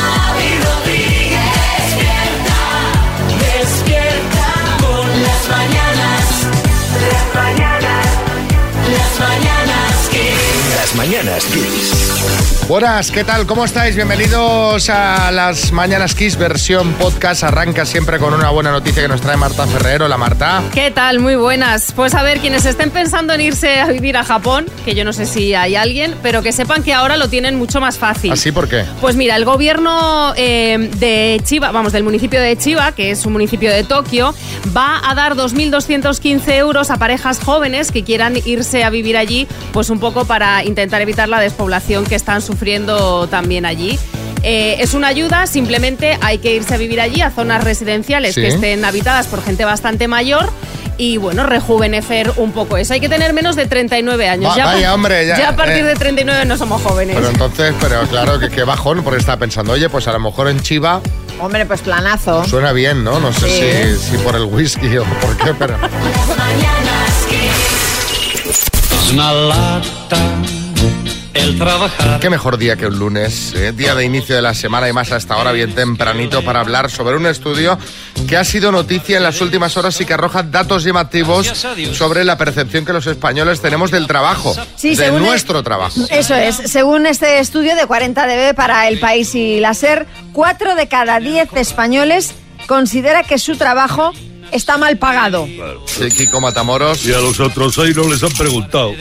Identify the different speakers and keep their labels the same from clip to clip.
Speaker 1: Xavi Rodríguez, despierta, despierta con las mañanas, las mañanas, las mañanas que
Speaker 2: Las mañanas Kiss.
Speaker 3: Buenas, ¿qué tal? ¿Cómo estáis? Bienvenidos a las Mañanas Kiss versión podcast. Arranca siempre con una buena noticia que nos trae Marta Ferrero. La Marta.
Speaker 4: ¿Qué tal? Muy buenas. Pues a ver, quienes estén pensando en irse a vivir a Japón, que yo no sé si hay alguien, pero que sepan que ahora lo tienen mucho más fácil.
Speaker 3: ¿Así por qué?
Speaker 4: Pues mira, el gobierno eh, de Chiba, vamos, del municipio de Chiba, que es un municipio de Tokio, va a dar 2.215 euros a parejas jóvenes que quieran irse a vivir allí, pues un poco para intentar evitar la despoblación que están sufriendo también allí. Eh, es una ayuda, simplemente hay que irse a vivir allí a zonas residenciales
Speaker 3: Sí.
Speaker 4: que estén habitadas por gente bastante mayor. Y bueno, rejuvenecer un poco eso. Hay que tener menos de 39 años.
Speaker 3: Va- vaya, hombre, ya,
Speaker 4: a partir
Speaker 3: eh.
Speaker 4: de 39 no somos jóvenes.
Speaker 3: Pero entonces, pero claro, que qué bajón, porque estaba pensando, oye, pues a lo mejor en Chiva
Speaker 5: Hombre, pues planazo.
Speaker 3: suena bien, ¿no? No sé si, si por el whisky o por qué, pero...
Speaker 6: Es una lata el trabajar.
Speaker 3: Qué mejor día que un lunes, eh, día de inicio de la semana y más hasta ahora bien tempranito para hablar sobre un estudio que ha sido noticia en las últimas horas y que arroja datos llamativos sobre la percepción que los españoles tenemos del trabajo,
Speaker 5: Sí,
Speaker 3: de
Speaker 5: según el-
Speaker 3: nuestro trabajo.
Speaker 5: Eso es. Según este estudio de 40 dB para El País y la SER, 4 de cada 10 españoles considera que su trabajo está mal pagado.
Speaker 3: Sí, Kiko Matamoros.
Speaker 7: Y a los otros seis no les han preguntado.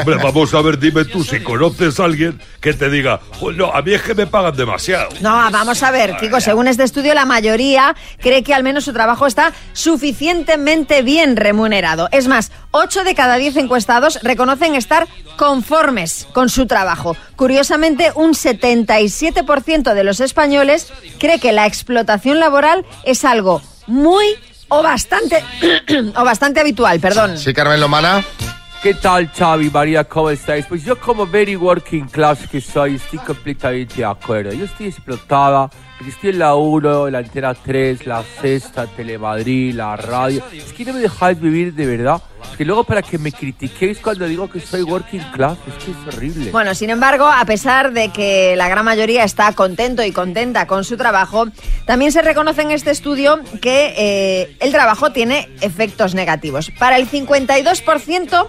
Speaker 7: Hombre, vamos a ver, dime tú si conoces a alguien que te diga, "Joder, no, a mí es que me pagan demasiado.
Speaker 5: No, vamos a ver, Kiko, según este estudio, la mayoría cree que al menos su trabajo está suficientemente bien remunerado. Es más, 8 de cada 10 encuestados reconocen estar conformes con su trabajo. Curiosamente, un 77% de los españoles cree que la explotación laboral es algo muy o bastante o bastante habitual, perdón.
Speaker 3: Sí, Carmen Lomana.
Speaker 8: ¿Qué tal, Xavi, María? ¿Cómo estáis? Pues yo como very working class que soy, estoy completamente de acuerdo. Yo estoy explotada, porque estoy en la 1, en la antena 3, la sexta, Telemadrid, la radio. Es que no me dejáis vivir de verdad. Es que luego para que me critiquéis cuando digo que soy working class, es que es horrible.
Speaker 5: Bueno, sin embargo, a pesar de que la gran mayoría está contento y contenta con su trabajo, también se reconoce en este estudio que eh, el trabajo tiene efectos negativos. Para el 52%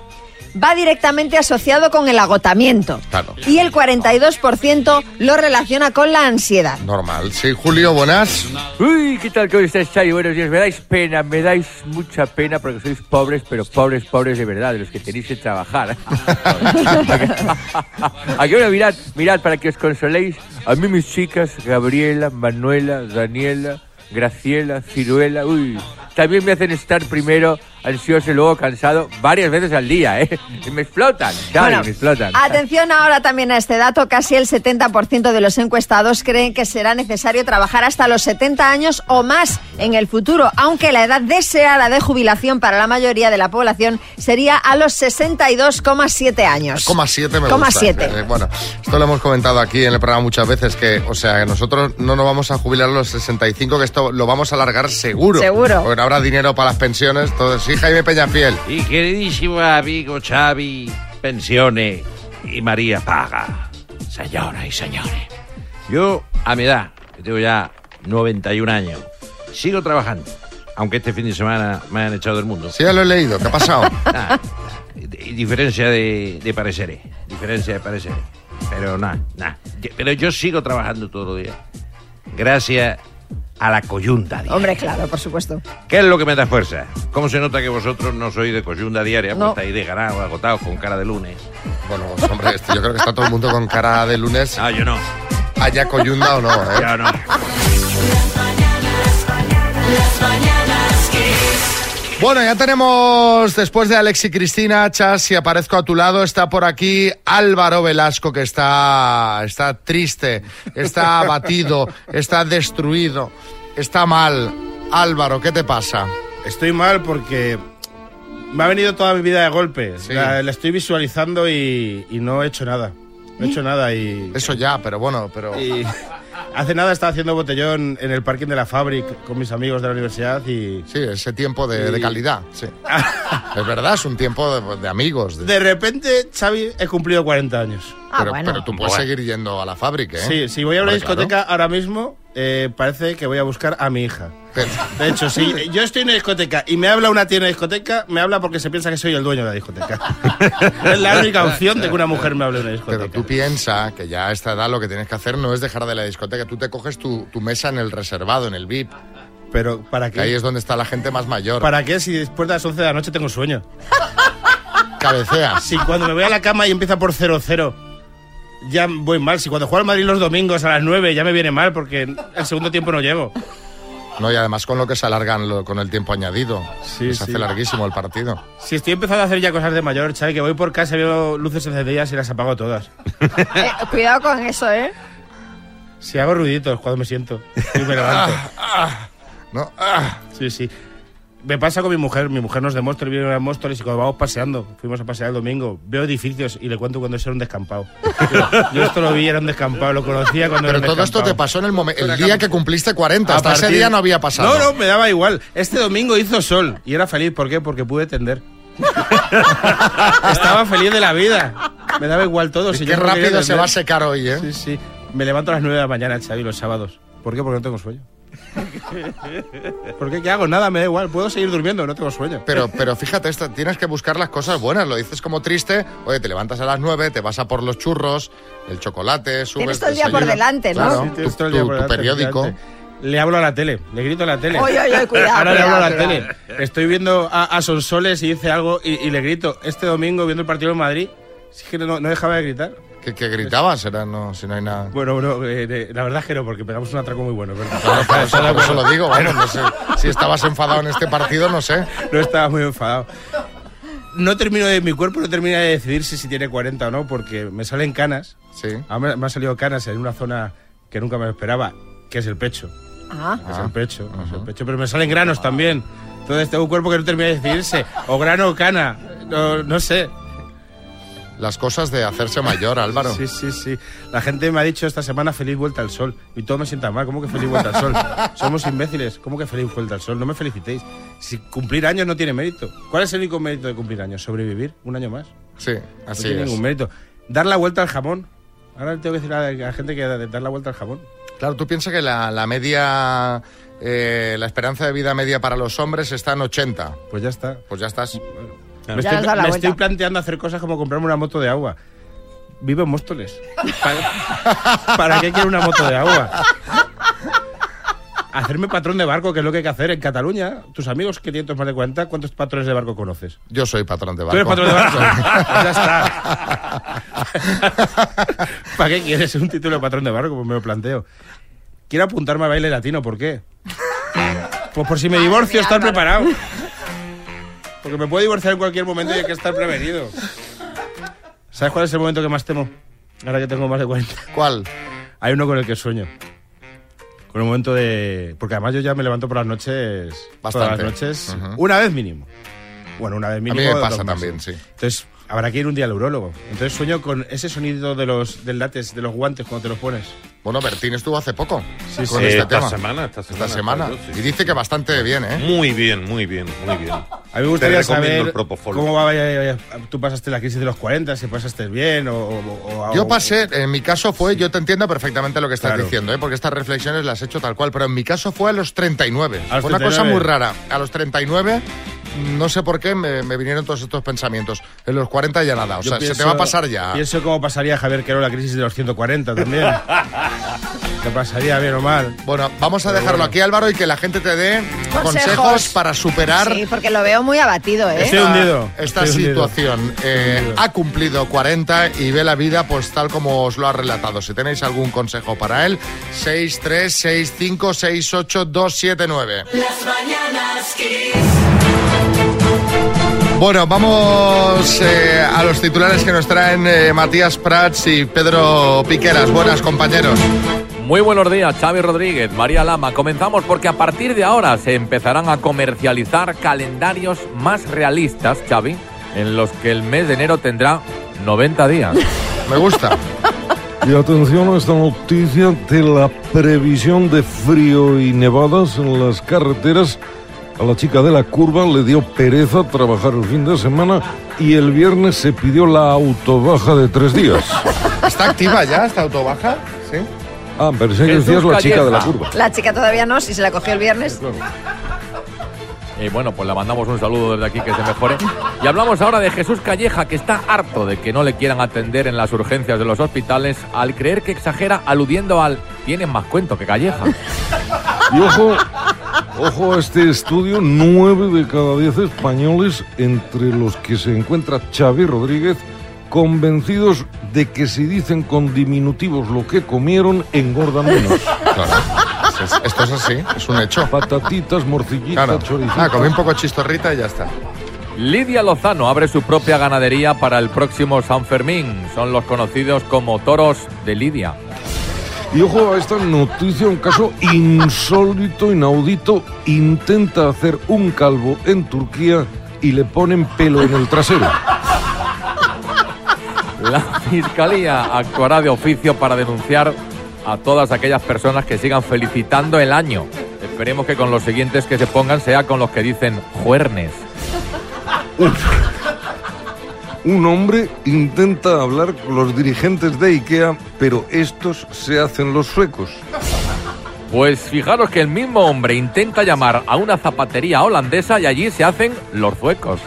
Speaker 5: va directamente asociado con el agotamiento
Speaker 3: Claro.
Speaker 5: y el 42% lo relaciona con la ansiedad.
Speaker 3: Normal. Sí, Julio, buenas.
Speaker 8: Uy, ¿qué tal? ¿Cómo estáis, Xavi? Buenos días. Me dais pena, me dais mucha pena porque sois pobres, pero pobres, pobres de verdad, de los que tenéis que trabajar. Aquí, bueno, mirad, mirad, para que os consoléis, a mí mis chicas, Gabriela, Manuela, Daniela, Graciela, Ciruela, uy, también me hacen estar primero ansioso y luego cansado varias veces al día, ¿eh? Y me explotan, Xavi,
Speaker 5: Bueno,
Speaker 8: me explotan.
Speaker 5: Atención ahora también a este dato, casi el 70% de los encuestados creen que será necesario trabajar hasta los 70 años o más en el futuro, aunque la edad deseada de jubilación para la mayoría de la población sería a los 62,7 años.
Speaker 3: Coma siete me
Speaker 5: Coma
Speaker 3: gusta.
Speaker 5: siete.
Speaker 3: Eh, Bueno, esto lo hemos comentado aquí en el programa muchas veces, que, o sea, que nosotros no nos vamos a jubilar a los 65, que esto lo vamos a alargar seguro.
Speaker 5: Seguro.
Speaker 3: Porque no habrá dinero para las pensiones. Entonces, sí, Jaime Peñafiel.
Speaker 9: Y queridísimo amigo Xavi, pensiones y María Paga. Señoras y señores, yo a mi edad, que tengo ya 91 años, sigo trabajando. Aunque este fin de semana me han echado del mundo.
Speaker 3: Sí, ya lo he leído. ¿Qué ha pasado?
Speaker 9: Nada, di- diferencia de, de pareceres. Diferencia de pareceres. Pero nada, nada. Yo- Pero yo sigo trabajando todos los días. Gracias a la coyunta. diaria.
Speaker 5: Hombre, claro, por supuesto.
Speaker 9: ¿Qué es lo que me da fuerza? ¿Cómo se nota que vosotros no sois de coyunda diaria?
Speaker 5: No.
Speaker 9: Pues estáis desganados, agotados, con cara de lunes.
Speaker 3: Bueno, pues, hombre, esto- yo creo que está todo el mundo con cara de lunes,
Speaker 9: No, Ah, yo no.
Speaker 3: haya coyunda o no, ¿eh?
Speaker 9: Yo no.
Speaker 3: Bueno, ya tenemos, después de Alex y Cristina, Chas, si aparezco a tu lado, está por aquí Álvaro Velasco, que está, está triste, está abatido, está destruido, está mal. Álvaro, ¿qué te pasa?
Speaker 10: Estoy mal porque me ha venido toda mi vida de golpe.
Speaker 3: Sí.
Speaker 10: La, la estoy
Speaker 5: ¿Eh?
Speaker 10: visualizando y, y no he hecho nada. No he hecho nada y.
Speaker 3: Eso ya, pero bueno, pero...
Speaker 10: y- Hace nada estaba haciendo botellón en el parking de la Fabric con mis amigos de la universidad y.
Speaker 3: Sí, ese tiempo de, de calidad, sí. es verdad, es un tiempo de, de amigos. de-
Speaker 10: De repente, Xavi, he cumplido 40 años.
Speaker 5: Ah,
Speaker 3: pero,
Speaker 5: bueno.
Speaker 3: pero tú puedes
Speaker 9: Bueno.
Speaker 3: seguir yendo a la fábrica, ¿eh?
Speaker 10: Sí, si voy a una
Speaker 3: Hombre, claro.
Speaker 10: discoteca ahora mismo, eh, parece que voy a buscar a mi hija. De hecho, si yo estoy en una discoteca y me habla una tía en una discoteca, me habla porque se piensa que soy el dueño de la discoteca. es la única opción de que una mujer me hable en una discoteca.
Speaker 3: Pero tú piensas que ya a esta edad lo que tienes que hacer no es dejar de la discoteca. Tú te coges tu, tu mesa en el reservado, en el VIP.
Speaker 10: Pero ¿para
Speaker 3: Que ahí
Speaker 10: qué?
Speaker 3: es donde está la gente más mayor.
Speaker 10: ¿Para qué si después de las 11 de la noche tengo sueño?
Speaker 3: Cabeceas.
Speaker 10: Si cuando me voy a la cama y empieza por 0-0, ya voy mal. Si cuando juego al Madrid los domingos a las 9 ya me viene mal porque el segundo tiempo no llego.
Speaker 3: No, y además con lo que se alargan lo- con el tiempo añadido.
Speaker 10: Sí,
Speaker 3: que se
Speaker 10: sí.
Speaker 3: hace larguísimo el partido.
Speaker 10: Si estoy empezando a hacer ya cosas de mayor, Xavi, que voy por casa y veo luces encendidas y las apago todas.
Speaker 5: Eh, cuidado con eso, ¿eh?
Speaker 10: Si hago ruiditos cuando me siento y me levanto.
Speaker 3: Ah, No, ah,
Speaker 10: Sí, sí. Me pasa con mi mujer. Mi mujer nos demuestra vive en Móstoles y cuando vamos paseando, fuimos a pasear el domingo, veo edificios y le cuento cuando eso era un descampado. Yo, yo esto lo vi, era un descampado, lo conocía cuando era
Speaker 3: Pero
Speaker 10: un
Speaker 3: todo esto te
Speaker 10: descampado.
Speaker 3: pasó en el, momen- el
Speaker 10: Pero
Speaker 3: día
Speaker 10: acabo-
Speaker 3: que cumpliste 40.
Speaker 10: A
Speaker 3: Hasta ese
Speaker 10: partir-
Speaker 3: día no había pasado.
Speaker 10: No, no, me daba igual. Este domingo hizo sol y era feliz. ¿Por qué? Porque pude tender. Estaba feliz de la vida. Me daba igual todo.
Speaker 3: Y
Speaker 10: si
Speaker 3: qué
Speaker 10: yo no quería
Speaker 3: rápido se
Speaker 10: tender.
Speaker 3: va a secar hoy, ¿eh?
Speaker 10: Sí, sí. Me levanto a las 9 de la mañana, Xavi, los sábados. ¿Por qué? Porque no tengo sueño. ¿Por qué? ¿Qué hago? Nada, me da igual. Puedo seguir durmiendo, no tengo sueño.
Speaker 3: Pero, pero fíjate, esto, tienes que buscar las cosas buenas. Lo dices como triste. Oye, te levantas a las 9, te vas a por los churros, el chocolate, subes.
Speaker 5: todo el día por
Speaker 3: desayunas.
Speaker 5: delante, ¿no?
Speaker 3: Claro,
Speaker 10: Sí,
Speaker 3: tu-
Speaker 10: tienes todo el
Speaker 3: tu-
Speaker 10: día por
Speaker 3: tu
Speaker 10: delante,
Speaker 3: periódico.
Speaker 10: efectivamente. Le hablo a la tele, le grito a la tele.
Speaker 5: Oye, oye, cuidado,
Speaker 10: Ahora le
Speaker 5: cuidado,
Speaker 10: hablo a la
Speaker 5: cuidado.
Speaker 10: tele. Estoy viendo a, a Sonsoles y dice algo y, y le grito. Este domingo, viendo el partido en Madrid, si es que no, no dejaba de gritar.
Speaker 3: Que, que gritabas, era, no, si no hay nada.
Speaker 10: Bueno, bueno, eh, eh, la verdad es que no, porque pegamos un atraco muy bueno, es ¿verdad?
Speaker 3: Claro, por eso, por eso lo digo, bueno, no sé. Si estabas enfadado en este partido, no sé.
Speaker 10: No estaba muy enfadado. No termino de, mi cuerpo no termina de decidirse si tiene 40 o no, porque me salen canas.
Speaker 3: Sí.
Speaker 10: Ahora me, me han salido canas en una zona que nunca me esperaba, que es el pecho.
Speaker 5: Ah.
Speaker 10: que es el pecho, que es el pecho, pero me salen granos también. Entonces tengo un cuerpo que no termina de decidirse. O grano o cana. No, no sé.
Speaker 3: Las cosas de hacerse mayor, Álvaro.
Speaker 10: Sí, sí, sí. La gente me ha dicho esta semana feliz vuelta al sol. Y todo me sienta mal. ¿Cómo que feliz vuelta al sol? Somos imbéciles. ¿Cómo que feliz vuelta al sol? No me felicitéis. Si cumplir años no tiene mérito. ¿Cuál es el único mérito de cumplir años? ¿Sobrevivir? ¿Un año más?
Speaker 3: Sí,
Speaker 10: No
Speaker 3: así
Speaker 10: tiene
Speaker 3: es.
Speaker 10: ningún mérito. Dar la vuelta al jamón. Ahora le tengo que decir a la gente que da- dar la vuelta al jamón.
Speaker 3: Claro, tú piensas que la, la media. eh, la esperanza de vida media para los hombres está en 80.
Speaker 10: Pues ya está.
Speaker 3: Pues ya estás.
Speaker 10: Me,
Speaker 5: Ya
Speaker 10: estoy,
Speaker 5: has dado la
Speaker 10: me
Speaker 5: vuelta.
Speaker 10: estoy planteando hacer cosas como comprarme una moto de agua. Vivo en Móstoles. ¿Para, para qué quiero una moto de agua? Hacerme patrón de barco, que es lo que hay que hacer en Cataluña. Tus amigos que tienen tus más de 40, ¿cuántos patrones de barco conoces?
Speaker 3: Yo soy patrón de barco.
Speaker 10: ¿Tú eres patrón de barco? Pues ya está. ¿Para qué quieres un título de patrón de barco? Pues me lo planteo. Quiero apuntarme a baile latino, ¿por qué? Pues por si me divorcio, estar preparado. Porque me puedo divorciar en cualquier momento y hay que estar prevenido. ¿Sabes cuál es el momento que más temo? Ahora que tengo más de 40.
Speaker 3: ¿Cuál?
Speaker 10: Hay uno con el que sueño. Con un momento de. Porque además yo ya me levanto por las noches. Todas
Speaker 3: Bastante.
Speaker 10: las noches.
Speaker 3: Ujú.
Speaker 10: Una vez mínimo. Bueno, una vez
Speaker 3: A
Speaker 10: mínimo.
Speaker 3: mí me
Speaker 10: dos
Speaker 3: pasa
Speaker 10: meses.
Speaker 3: también, sí.
Speaker 10: Entonces, habrá que ir un día al urólogo. Entonces sueño con ese sonido de los, del látex, de los guantes cuando te los pones.
Speaker 3: Bueno, Bertín estuvo hace poco
Speaker 10: Sí,
Speaker 3: con
Speaker 10: sí.
Speaker 3: este
Speaker 2: esta
Speaker 3: tema.
Speaker 2: semana, esta semana.
Speaker 3: Esta semana.
Speaker 2: Yo sí.
Speaker 3: Y dice que bastante bien, ¿eh?
Speaker 2: Muy bien, muy bien, muy bien.
Speaker 10: A mí me gustaría
Speaker 2: Te recomiendo
Speaker 10: saber
Speaker 2: el Propofol.
Speaker 10: cómo va, vaya- vaya- tú pasaste la crisis de los 40, si pasaste bien o... o- o-
Speaker 3: Yo
Speaker 10: o-
Speaker 3: pasé, en mi caso fue, yo te entiendo perfectamente lo que estás
Speaker 10: Ah, Claro.
Speaker 3: diciendo, ¿eh? porque estas reflexiones las he hecho tal cual, pero en mi caso fue a los 39.
Speaker 10: A los
Speaker 3: fue una cosa
Speaker 10: 39.
Speaker 3: muy rara. A los 39, no sé por qué, me, me vinieron todos estos pensamientos. En los 40 ya nada, o
Speaker 10: Yo
Speaker 3: sea, se te
Speaker 10: pienso-
Speaker 3: va a pasar ya.
Speaker 10: Pienso cómo pasaría Javier Quero la crisis de los 140 también. Te pasaría bien o mal.
Speaker 3: Bueno, vamos a dejarlo aquí, Álvaro, y que la gente te dé consejos,
Speaker 5: Consejos.
Speaker 3: para superar
Speaker 5: Sí, porque lo veo muy abatido, ¿eh?
Speaker 10: Estoy hundido.
Speaker 3: esta
Speaker 10: estoy hundido.
Speaker 3: situación. Eh, ha cumplido 40 y ve la vida pues tal como os lo ha relatado. Si tenéis algún consejo para él, 636568279.
Speaker 1: Las mañanas Kiss.
Speaker 3: Bueno, vamos eh, a los titulares que nos traen eh, Matías Prats y Pedro Piqueras. Buenas, compañeros.
Speaker 8: Muy buenos días, Xavi Rodríguez, María Lama. Comenzamos porque a partir de ahora se empezarán a comercializar calendarios más realistas, Xavi, en los que el mes de enero tendrá 90 días.
Speaker 3: Me gusta.
Speaker 11: Y atención a esta noticia de la previsión de frío y nevadas en las carreteras. A la chica de la curva le dio pereza trabajar el fin de semana y el viernes se pidió la autobaja de tres días.
Speaker 3: ¿Está activa ya esta autobaja? Sí.
Speaker 11: Ah, pensé que decías la chica
Speaker 12: Ah,
Speaker 11: de la curva.
Speaker 5: La chica todavía no, si se la cogió el viernes.
Speaker 12: Y bueno, pues le mandamos un saludo desde aquí, que se mejore. Y hablamos ahora de Jesús Calleja, que está harto de que no le quieran atender en las urgencias de los hospitales al creer que exagera aludiendo al tienen más cuento que Calleja.
Speaker 11: Y ojo, ojo a este estudio, nueve de cada diez españoles, entre los que se encuentra Xavi Rodríguez, convencidos de que si dicen con diminutivos lo que comieron, engordan menos.
Speaker 3: Esto es así, es un hecho.
Speaker 11: Patatitas, morcillitas,
Speaker 3: Claro. Ah, comí un poco chistorrita y ya está.
Speaker 12: Lidia Lozano abre su propia ganadería para el próximo San Fermín. Son los conocidos como toros de Lidia.
Speaker 11: Y ojo a esta noticia, un caso insólito, inaudito. Intenta hacer un calvo en Turquía y le ponen pelo en el trasero.
Speaker 12: La fiscalía actuará de oficio para denunciar a todas aquellas personas que sigan felicitando el año. Esperemos que con los siguientes que se pongan sea con los que dicen juernes.
Speaker 11: Un hombre intenta hablar con los dirigentes de IKEA, pero estos se hacen los suecos.
Speaker 12: Pues fijaros que el mismo hombre intenta llamar a una zapatería holandesa y allí se hacen los suecos.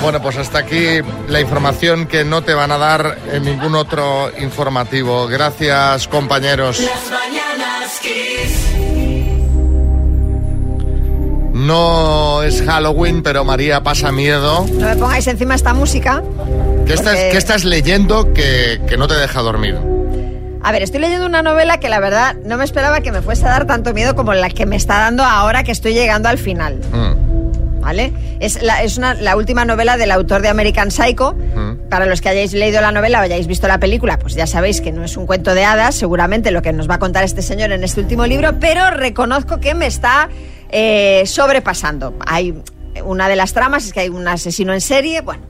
Speaker 3: Bueno, pues hasta aquí la información que no te van a dar en ningún otro informativo. Gracias, compañeros.
Speaker 1: Las mañanas Kiss.
Speaker 3: No es Halloween, pero María pasa miedo.
Speaker 5: No me pongáis encima esta música.
Speaker 3: ¿Qué estás,
Speaker 5: Porque-
Speaker 3: qué estás leyendo que, que no te deja dormir?
Speaker 5: A ver, estoy leyendo una novela que la verdad no me esperaba que me fuese a dar tanto miedo como la que me está dando ahora que estoy llegando al final. ¿Vale? Es, la, es una- la última novela del autor de American Psycho. Para los que hayáis leído la novela o hayáis visto la película, pues ya sabéis que no es un cuento de hadas, seguramente lo que nos va a contar este señor en este último libro, pero reconozco que me está eh, sobrepasando. Hay una de las tramas es que hay un asesino en serie, bueno.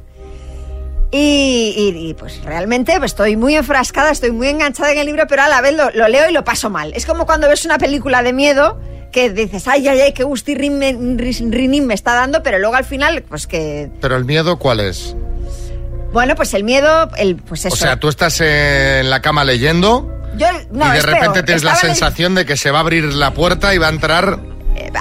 Speaker 5: Y, y- y, pues realmente pues, estoy muy enfrascada, estoy muy enganchada en el libro, pero a la vez lo, lo leo y lo paso mal. Es como cuando ves una película de miedo que dices, ay, ay, ay, qué gustirrin me, ris- rinin me está dando, pero luego al final, pues que,
Speaker 3: ¿Pero el miedo cuál es?
Speaker 5: bueno, pues el miedo, el, pues eso.
Speaker 3: O sea, tú estás en la cama leyendo
Speaker 5: Yo- no,
Speaker 3: y de
Speaker 5: es peor.
Speaker 3: repente tienes la
Speaker 5: Estaba leyendo-
Speaker 3: sensación de que se va a abrir la puerta y va a entrar...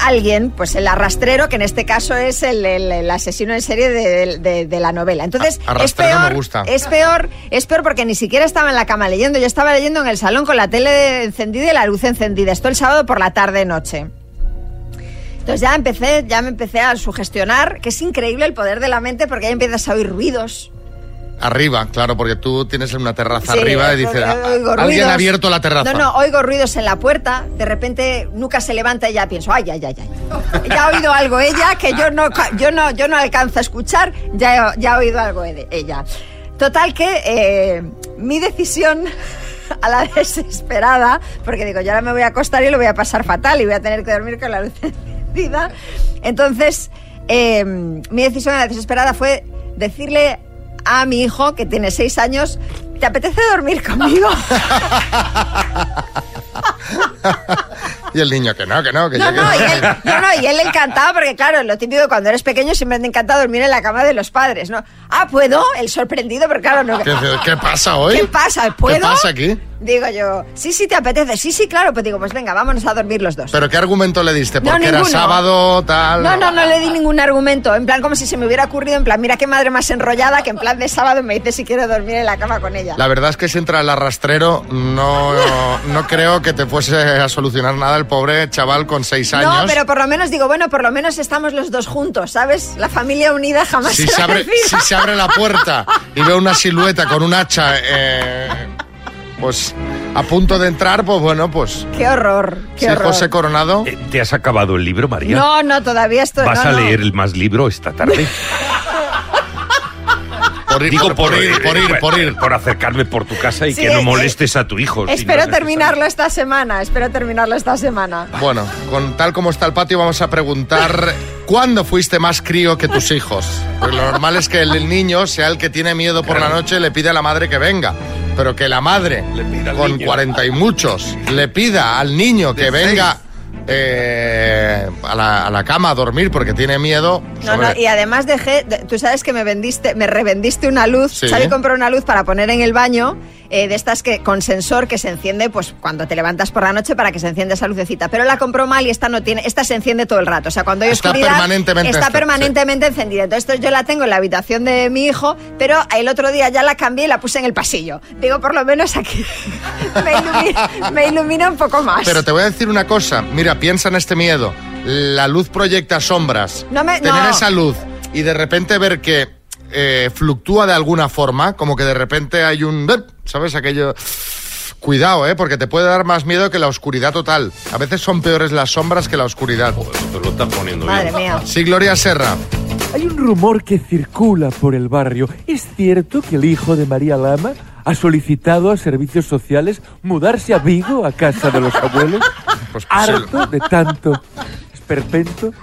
Speaker 5: alguien, pues el arrastrero, que en este caso es el, el- el asesino en serie de, de- de la novela. Entonces,
Speaker 3: A-
Speaker 5: es
Speaker 3: arrastrero
Speaker 5: peor,
Speaker 3: me gusta.
Speaker 5: es peor, es peor porque ni siquiera estaba en la cama leyendo, yo estaba leyendo en el salón con la tele encendida y la luz encendida. Esto el sábado por la tarde noche. Entonces ya empecé, ya me empecé a sugestionar, que es increíble el poder de la mente porque ya empiezas a oír ruidos.
Speaker 3: Arriba, claro, porque tú tienes una terraza
Speaker 5: Sí,
Speaker 3: arriba y
Speaker 5: oigo-
Speaker 3: dices, "Ah,
Speaker 5: oigo
Speaker 3: alguien
Speaker 5: ruidos.
Speaker 3: ha abierto la terraza.
Speaker 5: No, no, oigo ruidos en la puerta, de repente Nuca se levanta y ya pienso, ay, ay, ay, ay. Ya ha oído algo ella que yo no, ca- yo no, yo no alcanzo a escuchar, ya, he- ya ha oído algo e- ella. Total que eh, mi decisión a la desesperada, porque digo, yo ahora me voy a acostar y lo voy a pasar fatal y voy a tener que dormir con la luz encendida. Entonces, eh, mi decisión a la desesperada fue decirle a mi hijo, que tiene seis años, ¿te apetece dormir conmigo?
Speaker 3: Y el niño, que no, que no, que
Speaker 5: No,
Speaker 3: yo
Speaker 5: no, y él, no, no, y él le encantaba porque, claro, lo típico cuando eres pequeño siempre te encanta dormir en la cama de los padres, ¿no? Ah, ¿puedo? El sorprendido, pero claro, no...
Speaker 3: ¿Qué, qué pasa hoy?
Speaker 5: ¿Qué pasa? ¿Puedo?
Speaker 3: ¿Qué pasa aquí?
Speaker 5: Digo yo, sí, sí, te apetece, sí, sí, claro, pues digo, pues venga, vámonos a dormir los dos.
Speaker 3: ¿Pero qué argumento le diste?
Speaker 5: No,
Speaker 3: Porque era
Speaker 5: ninguno.
Speaker 3: sábado, tal...
Speaker 5: No, no, no le di ningún argumento, en plan como si se me hubiera ocurrido, en plan, mira qué madre más enrollada que en plan de sábado me dice si quiero dormir en la cama con ella.
Speaker 3: La verdad es que si entra el arrastrero, no, no creo que te fuese a solucionar nada el pobre chaval con seis años.
Speaker 5: No, pero por lo menos digo, bueno, por lo menos estamos los dos juntos, ¿sabes? La familia unida jamás
Speaker 3: si,
Speaker 5: se
Speaker 3: se
Speaker 5: va a
Speaker 3: abre,
Speaker 5: decir.
Speaker 3: si se abre la puerta y veo una silueta con un hacha, eh, pues a punto de entrar, pues bueno, pues...
Speaker 5: Qué horror, qué
Speaker 3: Sí,
Speaker 5: horror.
Speaker 3: José Coronado.
Speaker 13: Eh,
Speaker 7: ¿Te has acabado el libro, María?
Speaker 5: No, no, todavía esto
Speaker 7: ¿Vas
Speaker 5: no,
Speaker 7: a
Speaker 5: no.
Speaker 7: leer el más libro esta tarde?
Speaker 3: Por ir,
Speaker 7: Digo, por, ir, por ir,
Speaker 3: por ir.
Speaker 7: Por acercarme por tu casa y
Speaker 5: Sí,
Speaker 7: que no
Speaker 5: eh,
Speaker 7: molestes a tu hijo. si
Speaker 5: Espero
Speaker 7: no es
Speaker 5: terminarlo esta semana, espero terminarlo esta semana.
Speaker 3: Bueno, con tal como está el patio, vamos a preguntar ¿cuándo fuiste más crío que tus hijos? Porque lo normal es que el niño sea el que tiene miedo por la noche y le pide a la madre que venga. Pero que la madre, con 40 y muchos, le pida al niño que venga eh, a, la, a la cama a dormir porque tiene miedo. pues,
Speaker 5: No, no,
Speaker 3: hombre,
Speaker 5: y además dejé, de- tú sabes que me vendiste, me revendiste una luz,
Speaker 3: Sí.
Speaker 5: Xavi compró una luz para poner en el baño, eh, de estas que con sensor que se enciende pues cuando te levantas por la noche para que se encienda esa lucecita, pero la compró mal y esta no tiene, esta se enciende todo el rato, o sea, cuando hay
Speaker 3: Está
Speaker 5: oscuridad
Speaker 3: permanentemente
Speaker 5: está
Speaker 3: encendida,
Speaker 5: permanentemente encendida. Entonces esto yo la tengo en la habitación de mi hijo, pero el otro día ya la cambié y la puse en el pasillo. Digo, por lo menos aquí me ilumina, me ilumina un poco más.
Speaker 3: Pero te voy a decir una cosa. Mira, piensa en este miedo. La luz proyecta sombras.
Speaker 5: No me-
Speaker 3: Tener
Speaker 5: no.
Speaker 3: esa luz y de repente ver que eh, fluctúa de alguna forma, como que de repente hay un... ¡bep! ¿Sabes? Aquello... Cuidado, ¿eh? Porque te puede dar más miedo que la oscuridad total. A veces son peores las sombras que la oscuridad.
Speaker 2: Te lo están poniendo
Speaker 5: Madre mía.
Speaker 3: Sí, Gloria Serra.
Speaker 8: Hay un rumor que circula por el barrio. ¿Es cierto que el hijo de María Lama ha solicitado a servicios sociales mudarse a Vigo, a casa de los abuelos?
Speaker 3: Pues,
Speaker 8: Harto de tanto esperpento.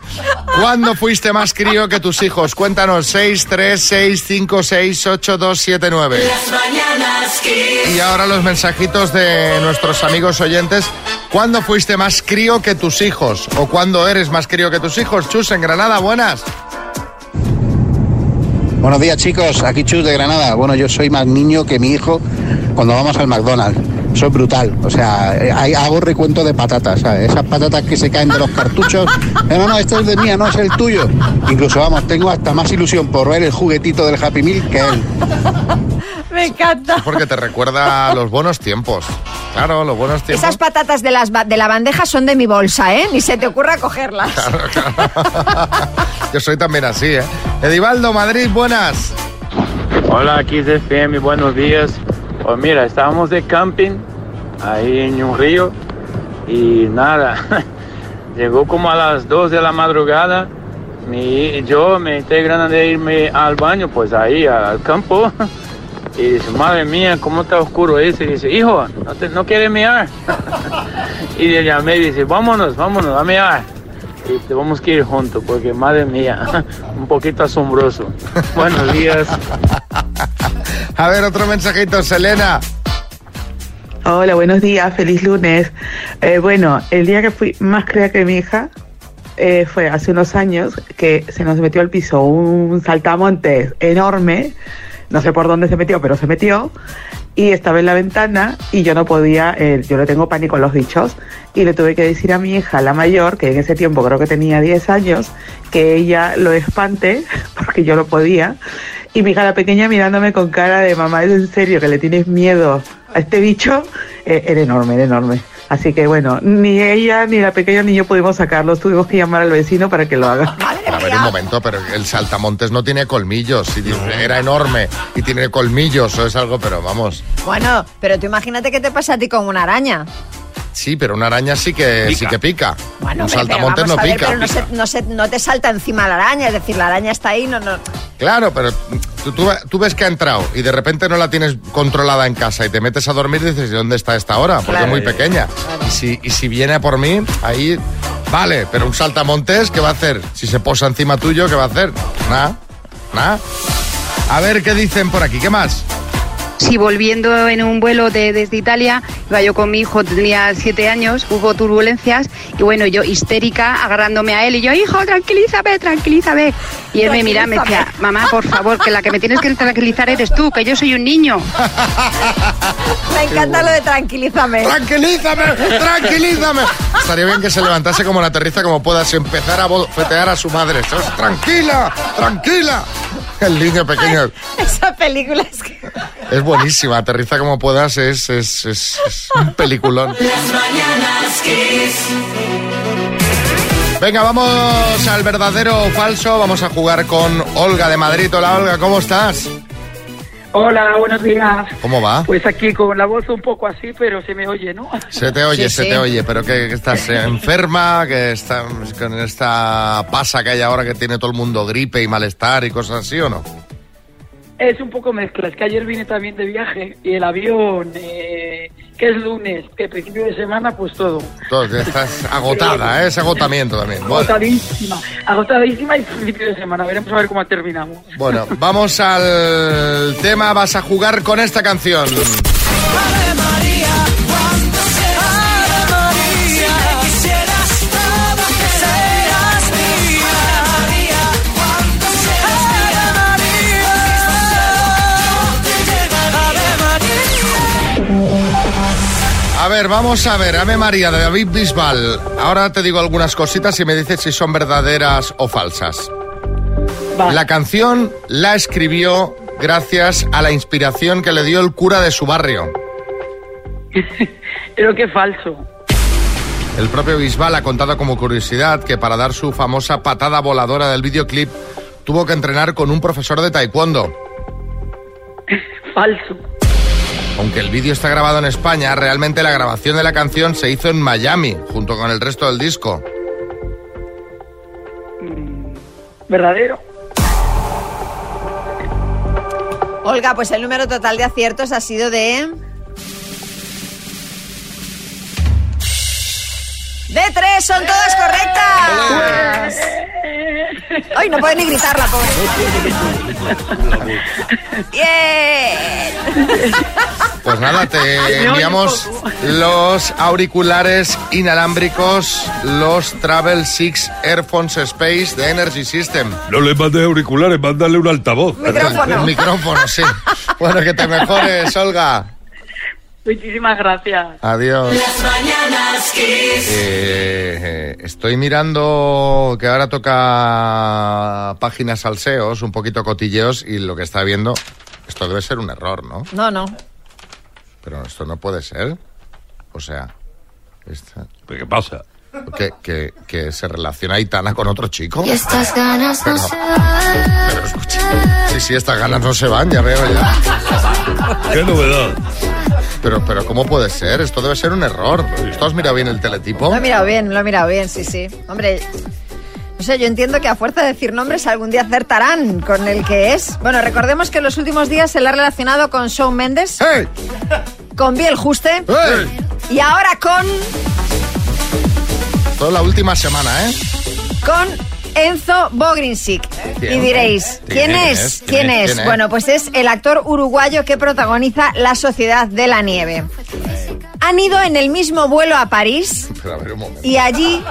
Speaker 3: ¿Cuándo fuiste más crío que tus hijos? Cuéntanos. 6, 3, 6, 5, 6, 8, 2, 7, 9.
Speaker 1: Las mañanas Kiss.
Speaker 3: Y ahora los mensajitos de nuestros amigos oyentes. ¿Cuándo fuiste más crío que tus hijos? ¿O cuándo eres más crío que tus hijos? Chus, en Granada, buenas.
Speaker 14: Buenos días chicos, aquí Chus de Granada. Bueno, yo soy más niño que mi hijo cuando vamos al McDonald's. Soy brutal, o sea, eh, hay- hago recuento de patatas, ¿sabes? Esas patatas que se caen de los cartuchos. Eh, No, no, este es de mía, no es el tuyo. Incluso, vamos, tengo hasta más ilusión por ver el juguetito del Happy Meal que él.
Speaker 5: Me encanta.
Speaker 3: Porque te recuerda los buenos tiempos. Claro, los buenos tiempos.
Speaker 5: Esas patatas de, las ba- de la bandeja son de mi bolsa, ¿eh? Ni se te ocurra cogerlas.
Speaker 3: Yo soy también así, ¿eh? Edivaldo, Madrid, buenas.
Speaker 15: Hola, XFM, buenos días. Pues mira, estábamos de camping ahí en un río y nada, llegó como a las 2 de la madrugada. Mi, yo me entré ganas de irme al baño, pues ahí al campo. Y dice, madre mía, ¿cómo está oscuro ese? Y dice, hijo, no, te- no quieres mear. y le llamé y dice, vámonos, vámonos, a mear. Y te vamos que ir juntos, porque madre mía, un poquito asombroso. Buenos días.
Speaker 3: A ver, otro mensajito, Selena.
Speaker 16: Hola, buenos días, feliz lunes. Eh, bueno, el día que fui más crea que mi hija eh, fue hace unos años que se nos metió al piso un saltamontes enorme, no sé por dónde se metió, pero se metió, y estaba en la ventana y yo no podía, eh, yo le tengo pánico a los bichos, y le tuve que decir a mi hija, la mayor, que en ese tiempo creo que tenía 10 años, que ella lo espante, porque yo lo podía, y mi hija la pequeña mirándome con cara de mamá, es en serio que le tienes miedo a este bicho, Eh, era enorme, era enorme. Así que bueno, ni ella, ni la pequeña, ni yo pudimos sacarlos, tuvimos que llamar al vecino para que lo haga.
Speaker 3: A ver, un momento, pero el saltamontes no tiene colmillos. Y dice, Era enorme y tiene colmillos o es algo, pero vamos.
Speaker 5: Bueno, pero tú imagínate qué te pasa a ti con una araña.
Speaker 3: Sí, pero una araña sí que sí que pica. un
Speaker 5: Ah, Hombre,
Speaker 3: saltamontes
Speaker 5: pero vamos
Speaker 3: no
Speaker 5: a ver,
Speaker 3: pica.
Speaker 5: pero no, se- no se- no te salta encima la araña, es decir, la araña está ahí, no, no.
Speaker 3: Claro, pero tú, tú- tú ves que ha entrado y de repente no la tienes controlada en casa y te metes a dormir y dices, ¿y dónde está esta hora? Porque
Speaker 5: Claro.
Speaker 3: es muy pequeña. Y, si, y si viene a por mí, ahí... Vale, pero un saltamontes, ¿qué va a hacer? Si se posa encima tuyo, ¿qué va a hacer? Nada, nada. A ver qué dicen por aquí, ¿qué más?
Speaker 17: Sí, volviendo en un vuelo de- desde Italia, iba yo con mi hijo, tenía siete años, hubo turbulencias y bueno, yo histérica agarrándome a él y yo, hijo, tranquilízame, tranquilízame. Y él me miraba y me decía, mamá, por favor, que la que me tienes que tranquilizar eres tú, que yo soy un niño.
Speaker 5: Me encanta lo de tranquilízame.
Speaker 3: Tranquilízame, tranquilízame. Estaría bien que se levantase como la aterriza como pueda, si empezara a bofetear a su madre. ¿sabes? Tranquila, tranquila. El niño pequeño.
Speaker 5: Esa película es que...
Speaker 3: Es buenísima, aterriza como puedas, es, es, es- es un peliculón.
Speaker 1: Las mañanas Kiss.
Speaker 3: Venga, vamos al verdadero o falso, vamos a jugar con Olga de Madrid. Hola Olga, ¿cómo estás?
Speaker 18: Hola, buenos días.
Speaker 3: ¿Cómo va?
Speaker 18: Pues aquí con la voz un poco así, pero se me oye, ¿no?
Speaker 3: Se te oye,
Speaker 18: Sí,
Speaker 3: se
Speaker 18: sí.
Speaker 3: te oye, pero que, que estás eh, enferma, que estás con esta pasa que hay ahora que tiene todo el mundo gripe y malestar y cosas así o no?
Speaker 18: Es un poco mezcla, es que ayer vine también de viaje y el avión, eh, que es lunes, que principio de semana, pues todo.
Speaker 3: Entonces, estás agotada, ¿eh? es agotamiento también. Bueno.
Speaker 18: Agotadísima, agotadísima y principio de semana. Veremos a ver cómo terminamos.
Speaker 3: Bueno, vamos al tema. Vas a jugar con esta canción. A ver, vamos a ver. Ame María de David Bisbal. Ahora te digo algunas cositas y me dices si son verdaderas o falsas. La canción la escribió gracias a la inspiración que le dio el cura de su barrio.
Speaker 18: Creo que es falso.
Speaker 3: El propio Bisbal ha contado como curiosidad que para dar su famosa patada voladora del videoclip tuvo que entrenar con un profesor de taekwondo.
Speaker 18: Falso.
Speaker 3: Aunque el vídeo está grabado en España, realmente la grabación de la canción se hizo en Miami, junto con el resto del disco.
Speaker 18: ¿Verdadero?
Speaker 5: Olga, pues el número total de aciertos ha sido de... De tres, son todas correctas. Ay, no puede ni gritar la pobre. Bien.
Speaker 3: Pues nada, te enviamos los auriculares inalámbricos, los Travel 6 Airphones Space de Energy System.
Speaker 7: No le mandes auriculares, mándale un altavoz.
Speaker 3: Un micrófono, sí. Bueno, que te mejores, Olga.
Speaker 18: Muchísimas gracias.
Speaker 3: Adiós.
Speaker 1: Mañanas Kiss.
Speaker 3: Eh, estoy mirando que ahora toca páginas salseos, un poquito cotilleos, y lo que está viendo, esto debe ser un error, ¿no?
Speaker 5: No, no.
Speaker 3: Pero esto no puede ser. O sea, esta-
Speaker 7: ¿Qué pasa?
Speaker 3: Que, que- que se relaciona Aitana con otro chico.
Speaker 1: Y estas ganas no
Speaker 3: Pero-
Speaker 1: se van.
Speaker 3: pero escucha, sí, sí, estas ganas no se van, ya veo ya.
Speaker 7: ¡Qué novedad!
Speaker 3: Pero, pero ¿cómo puede ser? Esto debe ser un error. ¿Tú has mirado bien el teletipo?
Speaker 5: Lo he mirado bien, lo he mirado bien, sí, sí. Hombre, no sé, yo entiendo que a fuerza de decir nombres algún día acertarán con el que es. Bueno, recordemos que en los últimos días se le ha relacionado con Shawn Mendes, con Biel Juste
Speaker 3: ¿Eh?
Speaker 5: y ahora con,
Speaker 3: Toda la última semana, ¿eh?
Speaker 5: con Enzo Bogrinsic.
Speaker 3: Bien.
Speaker 5: Y diréis, ¿quién, es? ¿Quién es?
Speaker 3: ¿Quién es?
Speaker 5: Bueno, pues es el actor uruguayo que protagoniza La Sociedad de la Nieve. Han ido en el mismo vuelo a París
Speaker 3: Pero a ver un momento.
Speaker 5: Y allí,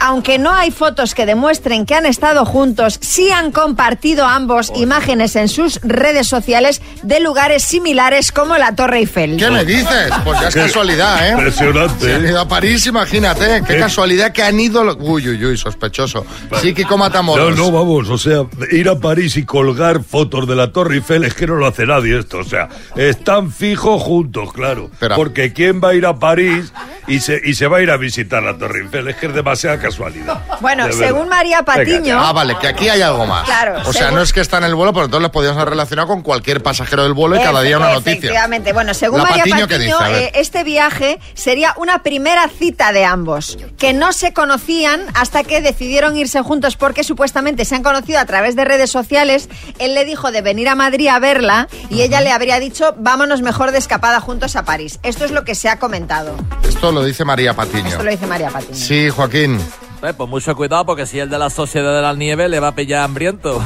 Speaker 5: aunque no hay fotos que demuestren que han estado juntos, sí han compartido ambos imágenes en sus redes sociales de lugares similares como la Torre Eiffel.
Speaker 3: ¿Qué me dices? Pues ya es
Speaker 7: Qué
Speaker 3: casualidad, ¿eh?
Speaker 7: impresionante,
Speaker 3: Se han
Speaker 7: ¿eh?
Speaker 3: ido a París, imagínate. Qué, casualidad que han ido... lo- Uy, uy, uy, sospechoso. Sí, Kiko
Speaker 7: No,
Speaker 3: Matamoros.
Speaker 7: no, vamos, o sea, ir a París y colgar fotos de la Torre Eiffel es que no lo hace nadie esto, o sea, están fijos juntos, claro. Porque ¿quién va a ir a París y se, y se va a ir a visitar la Torre Eiffel? Es que es demasiada casualidad.
Speaker 5: Bueno,
Speaker 7: De verdad.
Speaker 5: según María Patiño,
Speaker 3: Ah, vale, que aquí hay algo más.
Speaker 5: Claro,
Speaker 3: o sea,
Speaker 5: según-
Speaker 3: no es que está en el vuelo, pero entonces lo podíamos haber relacionado con cualquier pasajero del vuelo y cada día una noticia.
Speaker 5: Efectivamente. Bueno, según
Speaker 3: La
Speaker 5: María
Speaker 3: Patiño, ¿qué
Speaker 5: Patiño,
Speaker 3: dice? A ver.
Speaker 5: eh, este viaje sería una primera cita de ambos, que no se conocían hasta que decidieron irse juntos porque supuestamente se han conocido a través de redes sociales. Él le dijo de venir a Madrid a verla y ella le habría dicho vámonos mejor de escapada juntos a París. Esto es lo que se ha comentado.
Speaker 3: Esto lo dice María Patiño.
Speaker 5: Esto lo dice María Patiño.
Speaker 3: Sí, Joaquín.
Speaker 12: Eh, pues mucho cuidado porque si el de la Sociedad de la Nieve le va a pillar hambriento.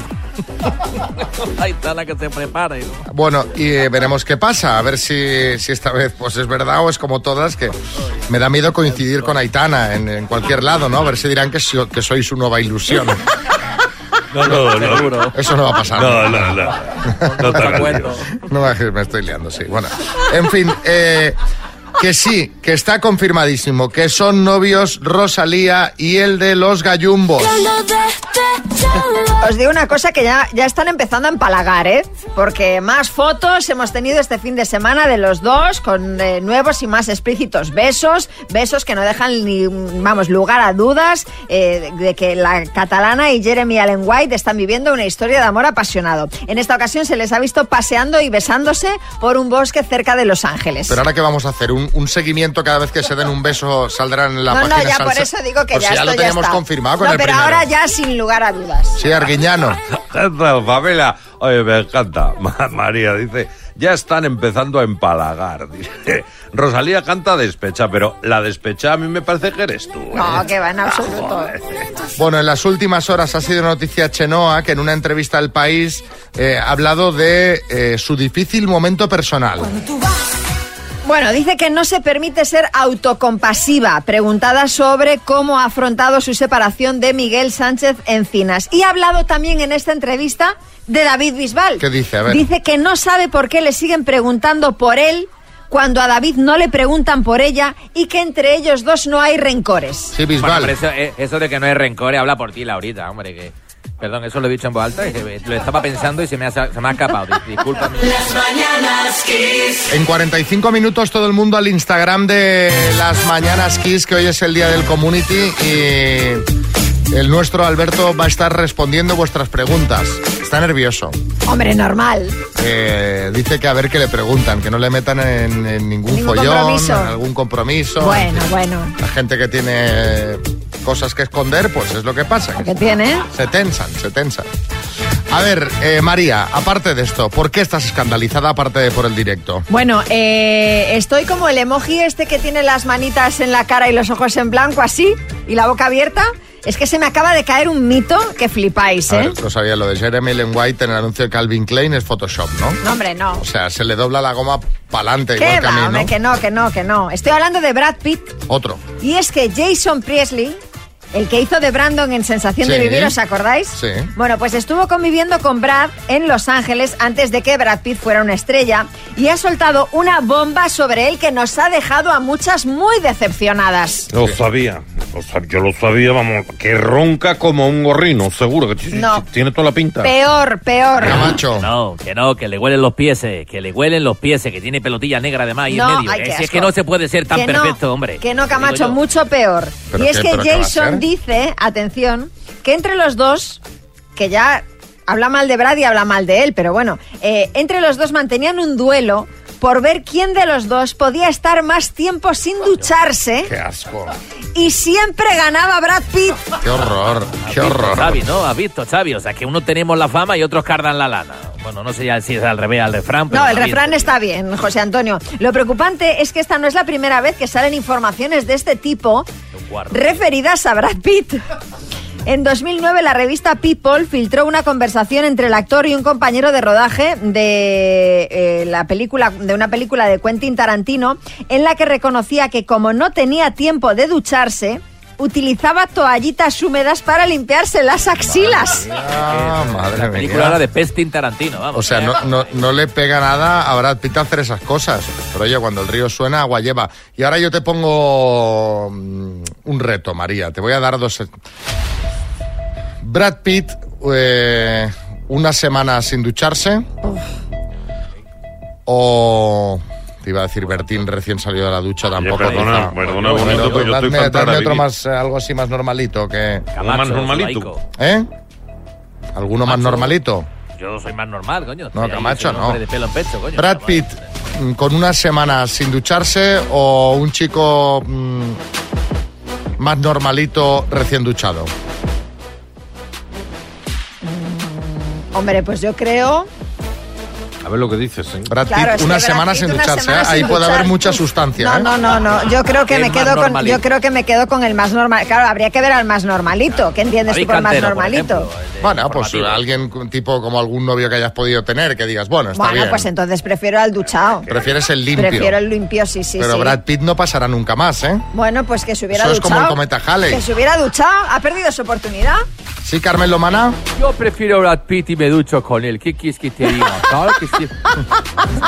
Speaker 12: Ahí está la que se prepare.
Speaker 3: Bueno, y eh, veremos qué pasa, a ver si, si esta vez pues es verdad o es como todas, que me da miedo coincidir con Aitana en, en cualquier lado, ¿no? A ver si dirán que, so- que soy su nueva ilusión.
Speaker 7: No, no, no.
Speaker 3: Eso no va a pasar.
Speaker 7: No, no, no. No te hagas líos.
Speaker 3: No me hagas- me estoy liando, sí. Bueno, en fin, eh, que sí, que está confirmadísimo, que son novios Rosalía y el de los gallumbos.
Speaker 5: Os digo una cosa que ya, ya están empezando a empalagar, ¿eh? Porque más fotos hemos tenido este fin de semana de los dos, con eh, nuevos y más explícitos besos, besos que no dejan ni, vamos, lugar a dudas eh, de que la catalana y Jeremy Allen White están viviendo una historia de amor apasionado. En esta ocasión se les ha visto paseando y besándose por un bosque cerca de Los Ángeles.
Speaker 3: Pero ahora que vamos a hacer un, un seguimiento cada vez que se den un beso saldrán en la
Speaker 5: no, no,
Speaker 3: página
Speaker 5: ya
Speaker 3: salsa.
Speaker 5: por eso digo que
Speaker 3: Pues
Speaker 5: ya
Speaker 3: ya
Speaker 5: esto
Speaker 3: lo teníamos
Speaker 5: está.
Speaker 3: confirmado con
Speaker 5: No,
Speaker 3: el
Speaker 5: pero
Speaker 3: primero.
Speaker 5: ahora ya sin lugar a dudas.
Speaker 1: todas.
Speaker 3: Sí, Arguiñano.
Speaker 7: Gracias, Pamela. Oye, me encanta. Ma- María dice, ya están empezando a empalagar. Dice, Rosalía canta despecha, pero la despecha a mí me parece que eres tú.
Speaker 3: Pues,
Speaker 5: No, que va en absoluto.
Speaker 3: Bueno, en las últimas horas ha sido noticia Chenoa que en una entrevista al país eh, ha hablado de eh, su difícil momento personal.
Speaker 5: Bueno, dice que no se permite ser autocompasiva, preguntada sobre cómo ha afrontado su separación de Miguel Sánchez Encinas. Y ha hablado también en esta entrevista de David Bisbal.
Speaker 3: ¿Qué dice? A ver.
Speaker 5: Dice que no sabe por qué le siguen preguntando por él cuando a David no le preguntan por ella y que entre ellos dos no hay rencores.
Speaker 3: Sí,
Speaker 12: Bisbal. eso, eh, eso de que no hay rencores habla por ti, Laurita, hombre, que... Perdón, eso lo he dicho en voz alta, y se- lo estaba pensando y se me ha, sa- se me ha escapado. Dis- Disculpa.
Speaker 1: Las mañanas kiss.
Speaker 3: En 45 minutos todo el mundo al Instagram de las Mañanas Kiss, que hoy es el día del community y el nuestro Alberto va a estar respondiendo vuestras preguntas. Está nervioso.
Speaker 5: Hombre, normal.
Speaker 3: Eh, dice que a ver qué le preguntan, que no le metan en, en ningún,
Speaker 5: Ningún
Speaker 3: follón,
Speaker 5: compromiso.
Speaker 3: en algún compromiso.
Speaker 5: Bueno, bueno.
Speaker 3: La gente que tiene cosas que esconder, pues es lo que pasa. que
Speaker 5: ¿Qué tiene?
Speaker 3: Se tensan, se tensan. A ver, eh, María, aparte de esto, ¿por qué estás escandalizada aparte de por el directo?
Speaker 5: Bueno, eh, estoy como el emoji este que tiene las manitas en la cara y los ojos en blanco así y la boca abierta. Es que se me acaba de caer un mito que flipáis,
Speaker 3: A
Speaker 5: ¿eh?
Speaker 3: ver, no sabía lo de Jeremy Len White en el anuncio de Calvin Klein es Photoshop, ¿no?
Speaker 5: No, hombre, no.
Speaker 3: O sea, se le dobla la goma pa'lante
Speaker 5: ¿Qué
Speaker 3: igual que
Speaker 5: va,
Speaker 3: a mí, ¿no?
Speaker 5: hombre? Que no, que no, que no. Estoy hablando de Brad Pitt
Speaker 3: Otro.
Speaker 5: y es que Jason Priestley, el que hizo de Brandon en Sensación de
Speaker 3: Sí.
Speaker 5: Vivir, ¿os acordáis?
Speaker 3: Sí.
Speaker 5: Bueno, pues estuvo conviviendo con Brad en Los Ángeles antes de que Brad Pitt fuera una estrella y ha soltado una bomba sobre él que nos ha dejado a muchas muy decepcionadas.
Speaker 7: Lo sabía, lo sab- yo lo sabía, vamos, que ronca como un gorrino, seguro, que t-
Speaker 5: No.
Speaker 7: t- tiene toda la pinta.
Speaker 5: Peor, peor.
Speaker 3: Camacho.
Speaker 19: No, que no, que le huelen los pies, eh, que le huelen los pies, eh, que tiene pelotilla negra además y
Speaker 5: No,
Speaker 19: en medio.
Speaker 5: ay,
Speaker 19: eh,
Speaker 5: qué
Speaker 19: si es
Speaker 5: asco.
Speaker 19: que no se puede ser tan
Speaker 5: Que no,
Speaker 19: perfecto, hombre.
Speaker 5: Que no,
Speaker 19: Te digo
Speaker 5: Camacho,
Speaker 19: yo.
Speaker 5: mucho peor.
Speaker 19: ¿Pero
Speaker 5: Y es
Speaker 19: qué?
Speaker 5: que
Speaker 19: ¿Pero qué va a
Speaker 5: Jason
Speaker 19: ser?
Speaker 5: dice, atención, que entre los dos, que ya habla mal de Brad y habla mal de él, pero bueno, eh, entre los dos mantenían un duelo por ver quién de los dos podía estar más tiempo sin ducharse
Speaker 3: Qué asco.
Speaker 5: y siempre ganaba Brad Pitt.
Speaker 3: Qué horror, qué
Speaker 19: Visto,
Speaker 3: horror.
Speaker 19: Xavi, ¿no? Has visto, Xavi. O sea, que unos tenemos la fama y otros cardan la lana. Bueno, no sé ya si es al revés al refrán, pero
Speaker 5: No, el
Speaker 19: has visto.
Speaker 5: refrán está bien, José Antonio. Lo preocupante es que esta no es la primera vez que salen informaciones de este tipo referidas a Brad Pitt. En 2009 la revista People filtró una conversación entre el actor y un compañero de rodaje de eh, la película de una película de Quentin Tarantino en la que reconocía que como no tenía tiempo de ducharse utilizaba toallitas húmedas para limpiarse las axilas.
Speaker 3: Ah, madre
Speaker 19: La película
Speaker 3: mía.
Speaker 19: era de Pestin Tarantino, vamos.
Speaker 3: O sea, no, no, no le pega nada a Brad Pitt hacer esas cosas. Pero oye, cuando el río suena, agua lleva. Y ahora yo te pongo mm, un reto, María. Te voy a dar dos... Brad Pitt, eh, una semana sin ducharse. O... Te iba a decir Bertín recién salido de la ducha tampoco.
Speaker 7: Ah, perdona,
Speaker 3: quizá.
Speaker 7: perdona, bonito,
Speaker 3: Bueno,
Speaker 7: pero yo estoy
Speaker 3: dadme-
Speaker 7: fatal a
Speaker 3: dadme otro
Speaker 7: vivir.
Speaker 3: más, eh, algo así más normalito que...
Speaker 7: Uno más normalito.
Speaker 3: ¿Eh? ¿Alguno más
Speaker 19: Camacho.
Speaker 3: normalito?
Speaker 19: Yo soy más normal, coño. Soy
Speaker 3: No,
Speaker 19: ahí,
Speaker 3: Camacho,
Speaker 19: soy un
Speaker 3: no.
Speaker 19: hombre de pelo en pecho, coño.
Speaker 3: Brad Pitt mm, con una semana sin ducharse o un chico mm, más normalito recién duchado.
Speaker 5: Hombre, pues yo creo
Speaker 11: A ver lo que dices,
Speaker 7: ¿eh?
Speaker 3: Brad
Speaker 5: Claro, es
Speaker 3: Pitt
Speaker 5: que
Speaker 3: una
Speaker 5: Brad
Speaker 3: semana
Speaker 5: Pitt
Speaker 3: sin
Speaker 5: una
Speaker 3: ducharse.
Speaker 5: semana
Speaker 3: ¿eh?
Speaker 5: sin
Speaker 3: Ahí puede
Speaker 5: duchar.
Speaker 3: haber mucha sustancia.
Speaker 5: No,
Speaker 3: ¿eh?
Speaker 5: no, no, no. Yo creo que
Speaker 3: El
Speaker 5: me
Speaker 3: más
Speaker 5: quedo con,
Speaker 3: normalito.
Speaker 5: yo creo que me quedo con el más normal. Claro, habría que ver al más normalito. ¿Qué entiendes tú
Speaker 3: David
Speaker 5: por más
Speaker 3: Cantero, por
Speaker 5: normalito?
Speaker 3: Bueno, pues alguien con- tipo como algún novio que hayas podido tener que digas, bueno, está
Speaker 5: Bueno,
Speaker 3: bien.
Speaker 5: pues entonces prefiero al duchado.
Speaker 3: Prefieres el limpio.
Speaker 5: Prefiero el limpio, sí, sí,
Speaker 3: pero
Speaker 5: sí.
Speaker 3: Brad Pitt no pasará nunca más, ¿eh?
Speaker 5: Bueno, pues que se hubiera
Speaker 3: Eso es
Speaker 5: duchado.
Speaker 3: como el ¿eh? cometa Halley.
Speaker 5: Que se hubiera duchado. Ha perdido su oportunidad.
Speaker 3: Sí, Carmen Lomana.
Speaker 12: Yo prefiero a Brad Pitt y me ducho con él. ¿Qué quieres que te diga? Claro que sí.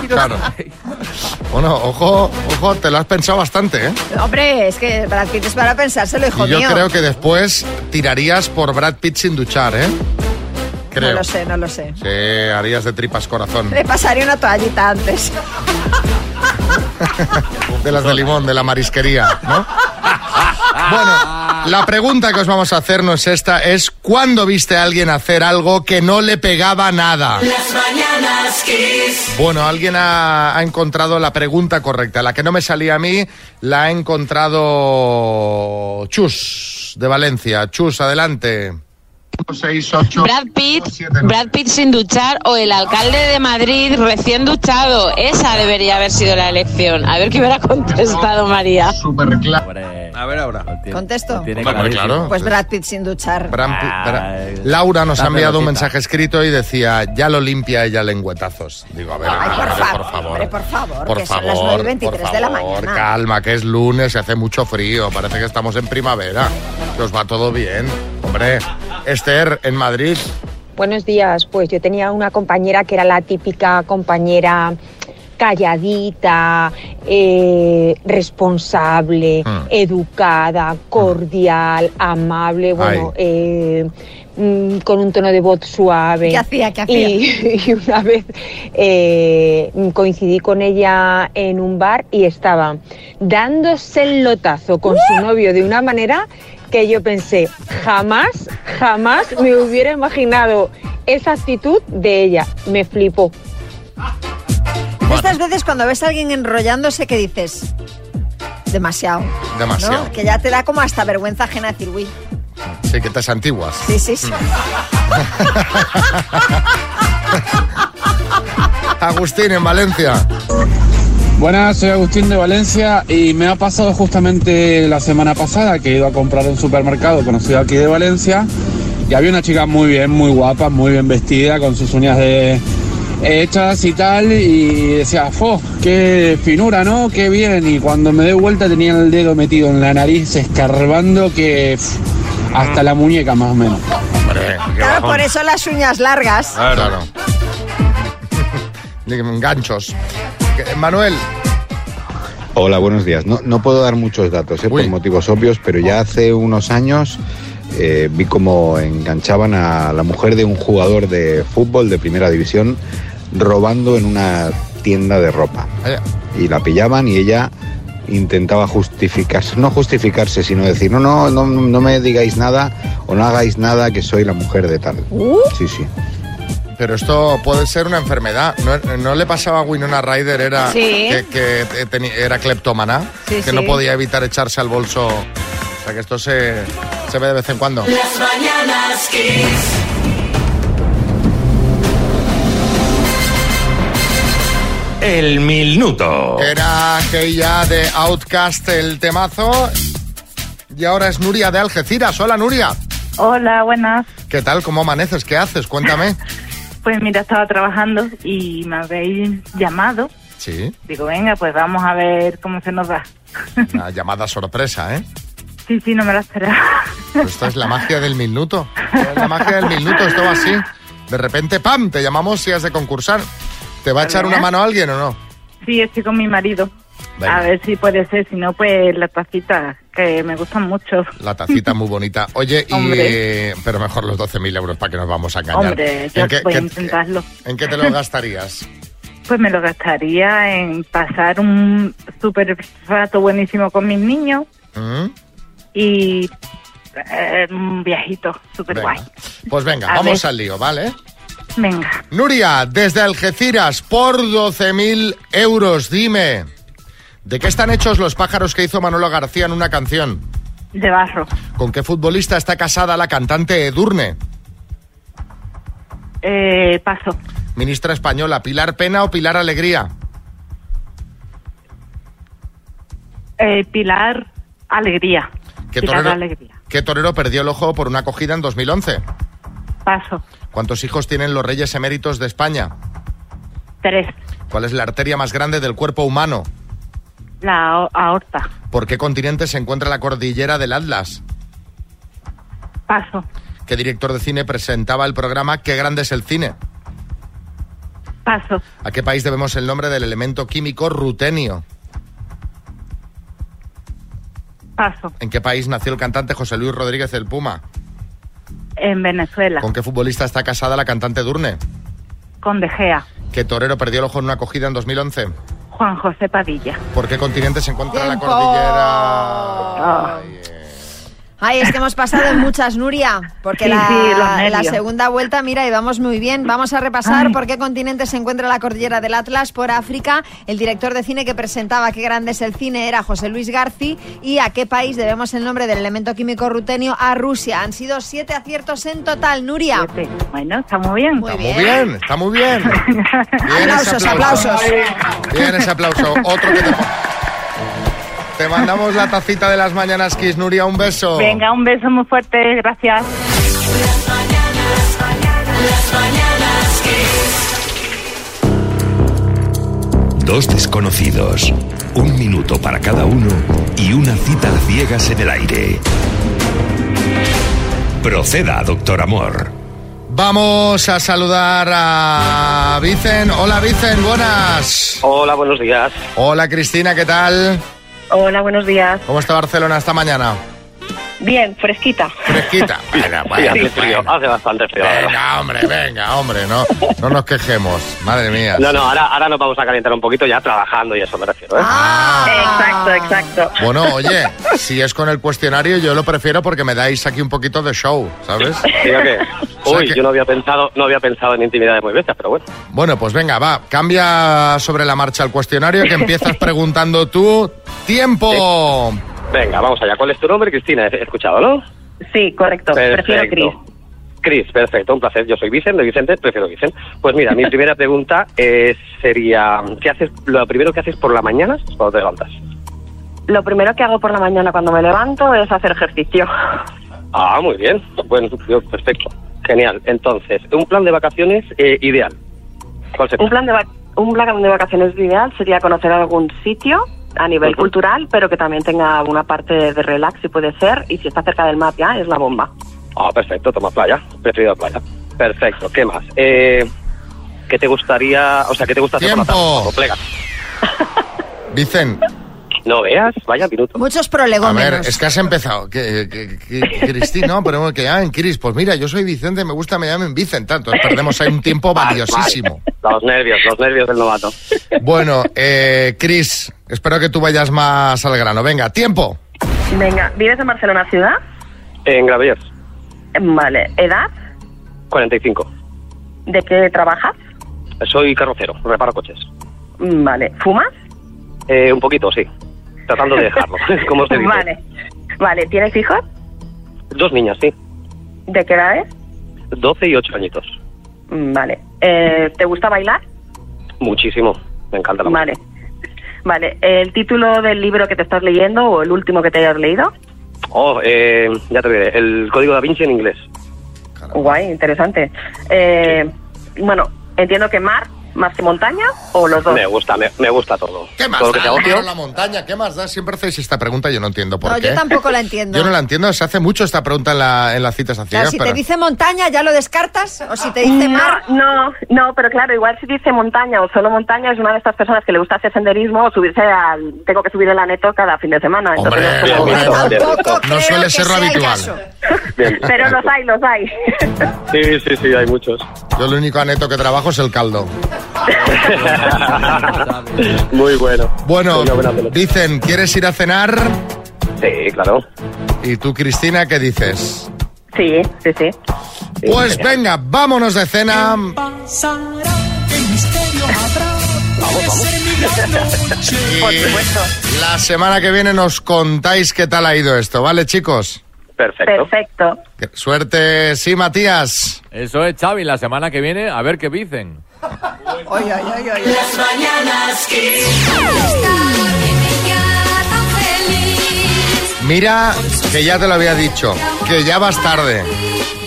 Speaker 3: Claro. Bueno, ojo, ojo, te lo has pensado bastante, ¿eh?
Speaker 5: Hombre, es que Brad Pitt es para pensárselo, hijo
Speaker 3: Y yo
Speaker 5: mío.
Speaker 3: creo que después tirarías por Brad Pitt sin duchar, ¿eh? Creo.
Speaker 5: No lo sé, no lo sé.
Speaker 3: Sí, harías de tripas corazón.
Speaker 5: Le pasaría una toallita antes.
Speaker 3: De las de limón, de la marisquería, ¿no? Bueno, la pregunta que os vamos a hacer no es esta, es ¿cuándo viste a alguien hacer algo que no le pegaba nada?
Speaker 1: Las mañanas kiss.
Speaker 3: Bueno, alguien ha, ha encontrado la pregunta correcta. La que no me salía a mí la ha encontrado Chus, de Valencia. Chus, adelante.
Speaker 20: Brad Pitt, Brad Pitt sin duchar o el alcalde de Madrid recién duchado. Esa debería haber sido la elección. A ver qué hubiera contestado María.
Speaker 9: A ver ahora.
Speaker 5: Contesto.
Speaker 3: Hombre, hombre, claro.
Speaker 5: Pues Brad Pitt sin duchar.
Speaker 3: Bram- Bra- Laura nos ha
Speaker 5: Dame
Speaker 3: enviado un
Speaker 5: cita.
Speaker 3: mensaje escrito y decía, ya lo limpia ella lengüetazos. Digo, a ver,
Speaker 5: Ay, por
Speaker 3: hombre,
Speaker 5: favor,
Speaker 3: por favor.
Speaker 5: hombre, Eh, por favor,
Speaker 3: Por
Speaker 5: que
Speaker 3: favor,
Speaker 5: son las 9 y
Speaker 3: por
Speaker 5: 23 de la
Speaker 3: favor,
Speaker 5: mañana.
Speaker 3: calma, que es lunes y hace mucho frío. Parece que estamos en primavera. Que os va todo bien. Hombre, Esther, en Madrid,
Speaker 21: Buenos días, pues yo tenía una compañera que era la típica compañera calladita, eh, responsable,
Speaker 13: Ah.
Speaker 21: educada, cordial, amable, bueno, eh, mm, con un tono de voz suave.
Speaker 5: ¿Qué hacía, qué hacía?
Speaker 21: Y, y una vez eh, coincidí con ella en un bar y estaba dándose el lotazo con su novio de una manera que yo pensé, jamás, jamás me hubiera imaginado esa actitud de ella. Me flipó.
Speaker 5: De Estas veces cuando ves a alguien enrollándose que dices demasiado.
Speaker 3: demasiado.
Speaker 5: ¿no? Que ya te da como hasta vergüenza ajena decir, uy,
Speaker 3: Sí, que te antiguas.
Speaker 5: sí, sí, sí.
Speaker 3: Agustín, en Valencia.
Speaker 22: Buenas, soy Agustín de Valencia y me ha pasado justamente la semana pasada que he ido a comprar a un supermercado conocido aquí de Valencia y había una chica muy bien, muy guapa, muy bien vestida, con sus uñas de hechas y tal y decía, ¡fo! ¡Qué finura, ¿no? ¡Qué bien! Y cuando me doy vuelta tenía el dedo metido en la nariz escarbando que pf, hasta la muñeca más o menos.
Speaker 5: Claro, por eso las uñas largas.
Speaker 3: Claro. Ganchos. Eh, Manuel,
Speaker 23: Hola, buenos días. No, no puedo dar muchos datos, eh, por motivos obvios, pero ya hace unos años eh, vi cómo enganchaban a la mujer de un jugador de fútbol de primera división robando en una tienda de ropa.
Speaker 3: Vaya.
Speaker 23: Y la pillaban y ella intentaba justificarse, no justificarse, sino decir, no, no, no, no me digáis nada o no hagáis nada que soy la mujer de tal. Sí, sí.
Speaker 3: Pero esto puede ser una enfermedad. ¿No, no le pasaba a Winona Ryder era,
Speaker 5: Sí.
Speaker 3: que, que te- teni- era cleptómana?
Speaker 5: Sí,
Speaker 3: que
Speaker 5: sí.
Speaker 3: no podía evitar echarse al bolso. O sea, que esto se, se ve de vez en cuando.
Speaker 1: Las mañanas Kiss.
Speaker 3: El minuto. Era aquella de Outcast el temazo. Y ahora es Nuria de Algeciras. Hola, Nuria.
Speaker 24: Hola, buenas.
Speaker 3: ¿Qué tal? ¿Cómo amaneces? ¿Qué haces? Cuéntame.
Speaker 24: Pues mira, estaba trabajando y me habéis llamado.
Speaker 3: Sí,
Speaker 24: Digo, venga, pues vamos a ver cómo se nos va.
Speaker 3: una llamada sorpresa, ¿eh?
Speaker 24: Sí, sí, no me lo esperaba.
Speaker 3: Pero Esta es la magia del minuto. Es la magia del minuto, esto va así. De repente, ¡pam! Te llamamos si has de concursar. ¿Te va a echar una mano alguien o no?
Speaker 24: Sí, estoy con mi marido. A ver si puede ser, si no, pues la tacita, que me gustan mucho.
Speaker 3: La tacita muy bonita. Oye, y,
Speaker 24: Hombre.
Speaker 3: pero mejor los 12.000 euros para que nos vamos a engañar.
Speaker 24: Hombre, yo
Speaker 3: ¿En, qué,
Speaker 24: voy a
Speaker 3: qué-
Speaker 24: intentarlo.
Speaker 3: en qué te lo gastarías?
Speaker 24: Pues me lo gastaría en pasar un súper rato buenísimo con mis niños
Speaker 3: ¿Mm?
Speaker 24: y eh, un viajito súper guay.
Speaker 3: Pues venga,
Speaker 24: A
Speaker 3: vamos
Speaker 24: ver.
Speaker 3: al lío, ¿vale?
Speaker 24: Venga.
Speaker 3: Nuria, desde Algeciras, por 12.000 euros, dime, ¿de qué están hechos los pájaros que hizo Manolo García en una canción?
Speaker 24: De barro.
Speaker 3: ¿Con qué futbolista está casada la cantante Edurne?
Speaker 24: Eh, paso.
Speaker 3: Ministra española, ¿Pilar Pena o Pilar Alegría?
Speaker 24: Eh, Pilar Alegría.
Speaker 3: ¿Qué
Speaker 24: Pilar
Speaker 3: torero,
Speaker 24: Alegría.
Speaker 3: ¿Qué torero perdió el ojo por una acogida en 2011?
Speaker 24: Paso.
Speaker 3: ¿Cuántos hijos tienen los reyes eméritos de España?
Speaker 24: Tres.
Speaker 3: ¿Cuál es la arteria más grande del cuerpo humano?
Speaker 24: La ao- aorta.
Speaker 3: ¿Por qué continente se encuentra la cordillera del Atlas?
Speaker 24: Paso.
Speaker 3: ¿Qué director de cine presentaba el programa Qué grande es el cine?
Speaker 24: Paso.
Speaker 3: ¿A qué país debemos el nombre del elemento químico rutenio?
Speaker 24: Paso.
Speaker 3: ¿En qué país nació el cantante José Luis Rodríguez el Puma?
Speaker 24: En Venezuela.
Speaker 3: ¿Con qué futbolista está casada la cantante Durne?
Speaker 24: Con De Gea.
Speaker 3: ¿Qué torero perdió el ojo en una acogida en 2011?
Speaker 24: Juan José Padilla.
Speaker 3: ¿Por qué continente se encuentra la
Speaker 24: ¡Tiempo!
Speaker 3: cordillera?
Speaker 24: Ah.
Speaker 5: Oh. Ay, es que hemos pasado en muchas, Nuria, porque
Speaker 24: Sí,
Speaker 5: la,
Speaker 24: sí, los nervios.
Speaker 5: la segunda vuelta, mira, y vamos muy bien. Vamos a repasar por qué continente se encuentra la cordillera del Atlas por África. El director de cine que presentaba qué grande es el cine era José Luis Garci y a qué país debemos el nombre del elemento químico rutenio a Rusia. Han sido siete aciertos en total, Nuria.
Speaker 24: Bueno, está muy bien.
Speaker 5: Muy
Speaker 3: Muy bien, está muy bien. Bien ese
Speaker 5: Aplausos,
Speaker 3: aplauso.
Speaker 5: aplausos.
Speaker 3: Bien ese aplauso. Otro que te... Te mandamos la tacita de las mañanas, Kiss. Nuria, un beso.
Speaker 24: Venga, un beso muy fuerte, gracias.
Speaker 1: Las mañanas Kiss.
Speaker 13: Dos desconocidos, un minuto para cada uno y una cita a ciegas en el aire. Proceda, doctor amor.
Speaker 3: Vamos a saludar a Vicen. Hola, Vicen, buenas.
Speaker 6: Hola, buenos días.
Speaker 3: Hola, Cristina, ¿qué tal?
Speaker 6: Hola, buenos días.
Speaker 3: ¿Cómo está Barcelona esta mañana?
Speaker 6: Bien, fresquita.
Speaker 3: Fresquita. Bueno,
Speaker 6: Sí,
Speaker 3: bueno,
Speaker 6: hace frío,
Speaker 3: bueno.
Speaker 6: hace bastante frío. la verdad.
Speaker 3: Venga, hombre, venga, hombre, no, no nos quejemos. Madre mía.
Speaker 6: No, no, ahora, ahora nos vamos a calentar un poquito ya trabajando y eso me refiero. ¿eh?
Speaker 24: Ah.
Speaker 3: Ah.
Speaker 24: Exacto, exacto.
Speaker 3: Bueno, oye, si es con el cuestionario, yo lo prefiero porque me dais aquí un poquito de show, ¿sabes?
Speaker 6: Digo que,
Speaker 3: O sea
Speaker 6: uy,
Speaker 3: que-
Speaker 6: yo no había pensado, no había pensado en intimidades muy veces, pero bueno.
Speaker 3: Bueno, pues venga, va, cambia sobre la marcha el cuestionario que empiezas preguntando tú. ¡Tiempo!
Speaker 6: Venga, vamos allá. ¿Cuál es tu nombre, Cristina? He escuchado, ¿no?
Speaker 24: Sí, correcto. Pues Prefiero Cris.
Speaker 6: Cris, perfecto, un placer. Yo soy Vicente, de Vicente, prefiero Vicente. Pues mira, mi primera pregunta eh, sería, ¿qué haces, lo primero que haces por la mañana es cuando te levantas?
Speaker 25: Lo primero que hago por la mañana cuando me levanto es hacer ejercicio.
Speaker 6: Ah, muy bien. Bueno, yo- perfecto. Genial. Entonces, un plan de vacaciones eh, ideal. ¿Cuál sería?
Speaker 25: Un plan de, va- un plan de vacaciones ideal sería conocer algún sitio a nivel
Speaker 6: Ujú.
Speaker 25: cultural, pero que también tenga una parte de relax si puede ser, y si está cerca del mar ya es la bomba.
Speaker 6: Ah, perfecto. Toma playa. Preferido playa. Perfecto. ¿Qué más? Eh, ¿Qué te gustaría, o sea, qué te gusta hacer por la tarde?
Speaker 3: ¡Tiempo!
Speaker 6: Colega.
Speaker 3: Dicen,
Speaker 6: No veas, vaya minuto.
Speaker 5: Muchos
Speaker 3: a ver,
Speaker 5: prolegómenos.
Speaker 3: es que has empezado. Que, que, que- Cristina, no, pero que ah, en Cris, pues mira, yo soy Vicente, me gusta, me llamen Vicente, tanto. Perdemos ahí un tiempo Oh, valiosísimo.
Speaker 6: Los nervios, los nervios del novato.
Speaker 3: Bueno, eh, Cris, espero que tú vayas más al grano. Venga, tiempo.
Speaker 25: Venga, ¿vives en Barcelona ciudad?
Speaker 6: En Granollers,
Speaker 25: Vale, ¿edad?
Speaker 6: 45.
Speaker 25: ¿De qué trabajas?
Speaker 6: Soy carrocero, reparo coches.
Speaker 25: Vale, ¿fumas?
Speaker 6: Eh, un poquito, sí. Tratando de dejarlo, como se dice.
Speaker 25: Vale, vale, ¿tienes hijos?
Speaker 6: Dos niñas, sí.
Speaker 25: ¿De qué edades?
Speaker 6: 12 y 8 añitos.
Speaker 25: Vale, Eh, ¿te gusta bailar?
Speaker 6: Muchísimo. Me encanta la
Speaker 25: Vale. Vale, ¿el título del libro que te estás leyendo o el último que te hayas leído?
Speaker 6: Oh, eh, ya te diré, el código da Vinci en inglés.
Speaker 25: Guay, interesante. Eh, Bueno, entiendo que mar, más que montaña, o los dos.
Speaker 6: Me gusta, me, me gusta todo.
Speaker 3: ¿Qué más
Speaker 6: Todo lo que
Speaker 3: da
Speaker 6: sea
Speaker 3: el
Speaker 6: ocio.
Speaker 3: mar o la montaña? ¿Qué más da? Siempre hacéis esta pregunta, yo no entiendo por
Speaker 5: No,
Speaker 3: qué.
Speaker 5: yo tampoco la entiendo.
Speaker 3: Yo no la entiendo, se hace mucho esta pregunta en, la, en las citas a ciegas,
Speaker 5: Claro, si te
Speaker 3: pero...
Speaker 5: dice montaña, ¿ya lo descartas? ¿O si te dice mar?
Speaker 25: No, no, pero claro, igual si dice montaña o solo montaña es una de estas personas que le gusta hacer senderismo o subirse al... Tengo que subir el aneto cada fin de semana. entonces no es como-
Speaker 3: Hombre,
Speaker 25: Tampoco
Speaker 3: no
Speaker 25: creo
Speaker 3: suele
Speaker 25: que
Speaker 3: ser lo
Speaker 25: sea el
Speaker 3: habitual.
Speaker 25: caso. Pero los hay, los hay.
Speaker 6: Sí, sí, sí, hay muchos.
Speaker 3: Yo lo único aneto que trabajo es el caldo.
Speaker 6: Muy bueno.
Speaker 3: Bueno, dicen, ¿quieres ir a cenar?
Speaker 6: Sí, claro.
Speaker 3: ¿Y tú, Cristina, qué dices?
Speaker 25: Sí, sí, sí.
Speaker 3: Pues venga, vámonos de cena.
Speaker 1: Pasará, qué misterio habrá. Puede ser mi gran noche.
Speaker 3: La semana que viene nos contáis qué tal ha ido esto, ¿vale, chicos?
Speaker 6: Perfecto.
Speaker 25: Perfecto.
Speaker 3: Suerte, sí, Matías.
Speaker 12: Eso es, Xavi, la semana que viene a ver qué dicen.
Speaker 1: Las mañanas Kiss. Esta niña tan feliz.
Speaker 3: Mira, que ya te lo había dicho, que ya vas tarde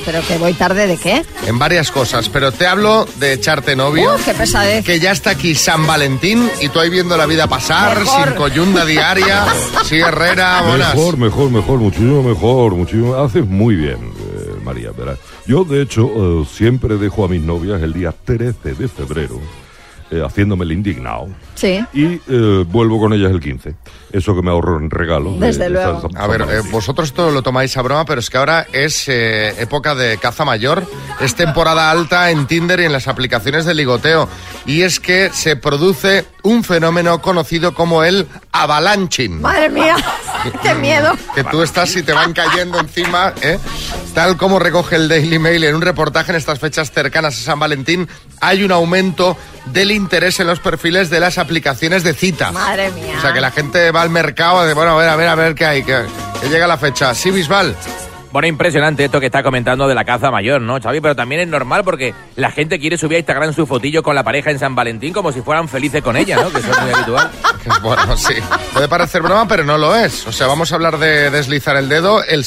Speaker 5: Pero que voy tarde de qué?
Speaker 3: en varias cosas, pero te hablo de echarte novio.
Speaker 5: Uf, Uh, qué pesadez.
Speaker 3: Que ya está aquí San Valentín y tú ahí viendo la vida pasar,
Speaker 5: Mejor.
Speaker 3: sin coyunda diaria. Sí, Herrera, buenas.
Speaker 11: Mejor, mejor, mejor, muchísimo mejor, muchísimo. Haces muy bien, eh, María. verás. Yo, de hecho, eh, siempre dejo a mis novias el día 13 de febrero, eh, haciéndome el indignado.
Speaker 5: Sí.
Speaker 11: Y eh, vuelvo con ellas el 15. Eso que me ahorro en regalo.
Speaker 5: Desde luego.
Speaker 3: A ver, eh, vosotros todo lo tomáis a broma, pero es que ahora es eh, época de caza mayor, es temporada alta en Tinder y en las aplicaciones de ligoteo. Y es que se produce un fenómeno conocido como el avalanching.
Speaker 5: Madre mía. ¡Qué miedo!
Speaker 3: que tú estás y te van cayendo encima, ¿eh? Tal como recoge el Daily Mail en un reportaje en estas fechas cercanas a San Valentín, hay un aumento del interés en los perfiles de las aplicaciones de citas.
Speaker 5: Madre mía.
Speaker 3: O sea, que la gente va al mercado y dice, bueno, a ver, a ver, a ver qué hay, que, que llega la fecha. Sí, Bisbal.
Speaker 19: Bueno, impresionante esto que está comentando de la caza mayor, ¿no, Xavi? Pero también es normal porque la gente quiere subir a Instagram su fotillo con la pareja en San Valentín como si fueran felices con ella, ¿no? Que eso es muy habitual.
Speaker 3: Bueno, sí. Puede parecer broma, pero no lo es. O sea, vamos a hablar de deslizar el dedo. El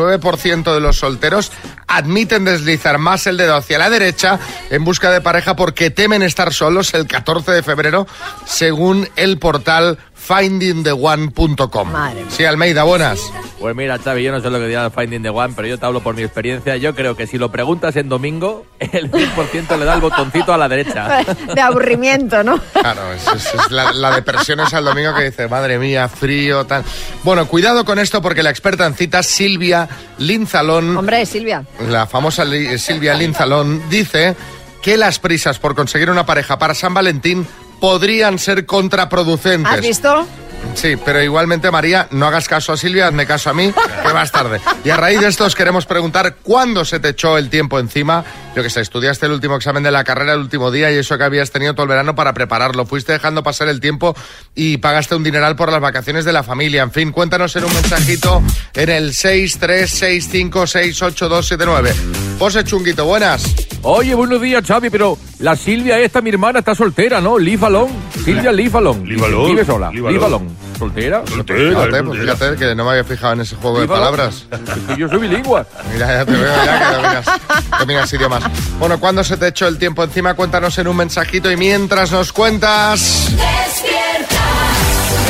Speaker 3: 79% de los solteros admiten deslizar más el dedo hacia la derecha en busca de pareja porque temen estar solos el 14 de febrero, según el portal findingtheone.com. Sí, Almeida, buenas.
Speaker 12: Pues mira, Xavi, yo no sé lo que dirá el Finding the One, pero yo te hablo por mi experiencia. Yo creo que si lo preguntas en domingo, el 100% le da el botoncito a la derecha.
Speaker 5: De aburrimiento, ¿no?
Speaker 3: Claro, es, es- es la, la depresión es al domingo que dice, madre mía, frío, tal. Bueno, cuidado con esto porque la experta en citas, Silvia Linzalón,
Speaker 5: Hombre, Silvia.
Speaker 3: la famosa Li- Silvia Linzalón, dice que las prisas por conseguir una pareja para San Valentín podrían ser contraproducentes.
Speaker 5: ¿Has visto?
Speaker 3: Sí, pero igualmente, María, no hagas caso a Silvia, hazme caso a mí, que más tarde. Y a raíz de esto os queremos preguntar cuándo se te echó el tiempo encima. Yo que sé, estudiaste el último examen de la carrera el último día y eso que habías tenido todo el verano para prepararlo. Fuiste dejando pasar el tiempo y pagaste un dineral por las vacaciones de la familia. En fin, cuéntanos en un mensajito en el 636568279. Pose chunguito, buenas.
Speaker 12: Oye, buenos días, Xavi, pero la Silvia esta, mi hermana, está soltera, ¿no? Liv Alone. Silvia Liv Alone.
Speaker 7: Live alone.
Speaker 12: Vive sola.
Speaker 7: Live
Speaker 12: Live
Speaker 7: alone.
Speaker 12: alone. ¿Soltera?
Speaker 3: Fíjate, pues fíjate que no me había fijado en ese juego de
Speaker 12: Viva la-
Speaker 3: palabras.
Speaker 12: Yo soy bilingüe.
Speaker 3: Mira, ya te veo, ya que dominas, dominas idiomas. Bueno, ¿cuándo se te echó el tiempo encima? Cuéntanos en un mensajito y mientras nos cuentas...
Speaker 1: Despierta,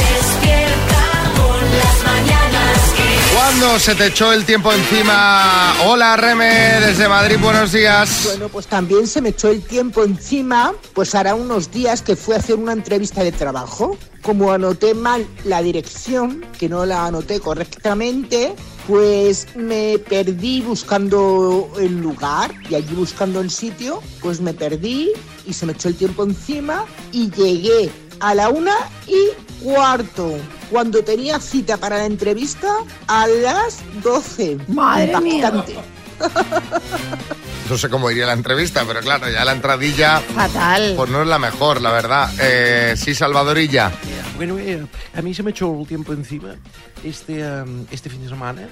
Speaker 1: despierta con las mañanas que...
Speaker 3: ¿Cuándo se te echó el tiempo encima? Hola, Reme, desde Madrid, buenos días.
Speaker 2: Bueno, pues también se me echó el tiempo encima, pues hará unos días que fui a hacer una entrevista de trabajo. Como anoté mal la dirección, que no la anoté correctamente, pues me perdí buscando el lugar y allí buscando el sitio, pues me perdí y se me echó el tiempo encima y llegué a la una y cuarto. Cuando tenía cita para la entrevista a las 12.
Speaker 5: Madre mía.
Speaker 2: Impactante.
Speaker 3: No sé cómo iría la entrevista, pero claro, ya la entradilla...
Speaker 5: Fatal.
Speaker 3: Pues no es la mejor, la verdad. Eh, sí, Salvadorilla.
Speaker 8: Bueno, eh, a mí se me echó el tiempo encima este, am, este fin de semana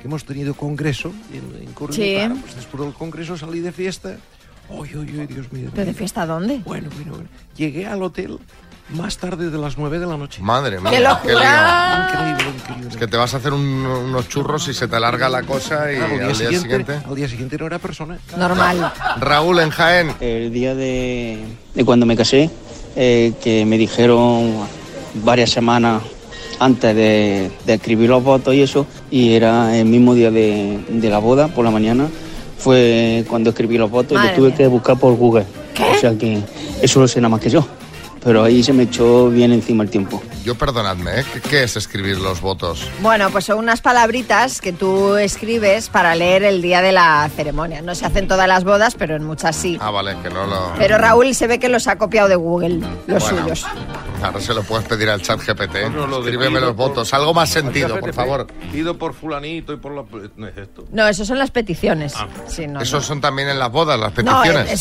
Speaker 8: que hemos tenido congreso en, en Coruña.
Speaker 5: Sí.
Speaker 8: Claro, pues después del congreso salí de fiesta. Ay, ay, ay, Dios mío.
Speaker 5: ¿Pero de fiesta dónde?
Speaker 8: Bueno, bueno, bueno. Llegué al hotel más tarde de las 9 de la noche.
Speaker 3: Madre mía.
Speaker 8: ¡Qué locura!
Speaker 3: lío. Es que te vas a hacer un- unos churros y se te alarga la cosa y
Speaker 8: Claro,
Speaker 3: al día siguiente...
Speaker 8: Al día siguiente no era persona.
Speaker 5: Normal.
Speaker 3: Raúl en Jaén.
Speaker 14: El día de, de cuando me casé, eh, que me dijeron varias semanas antes de, de escribir los votos y eso, y era el mismo día de, de la boda, por la mañana, fue cuando escribí los votos y
Speaker 5: Madre
Speaker 14: lo tuve que buscar por Google. O sea que eso lo sé nada más que yo. Pero ahí se me echó bien encima el tiempo.
Speaker 3: Yo perdonadme, ¿eh? ¿Qué- ¿qué es escribir los votos?
Speaker 5: Bueno, pues son unas palabritas que tú escribes para leer el día de la ceremonia. No se hacen todas las bodas, pero en muchas sí.
Speaker 3: Ah, vale, que no lo...
Speaker 5: Pero Raúl se ve que los ha copiado de Google, los
Speaker 3: Bueno.
Speaker 5: suyos.
Speaker 3: Ahora se lo puedes pedir al chat GPT. Escríbeme los votos. Algo más sentido, por favor.
Speaker 13: Pido por fulanito y por la... ¿No es esto?
Speaker 5: No, eso son las peticiones. Sí, no,
Speaker 3: Esos son también en las bodas, las
Speaker 5: no. No,
Speaker 3: Ah. peticiones.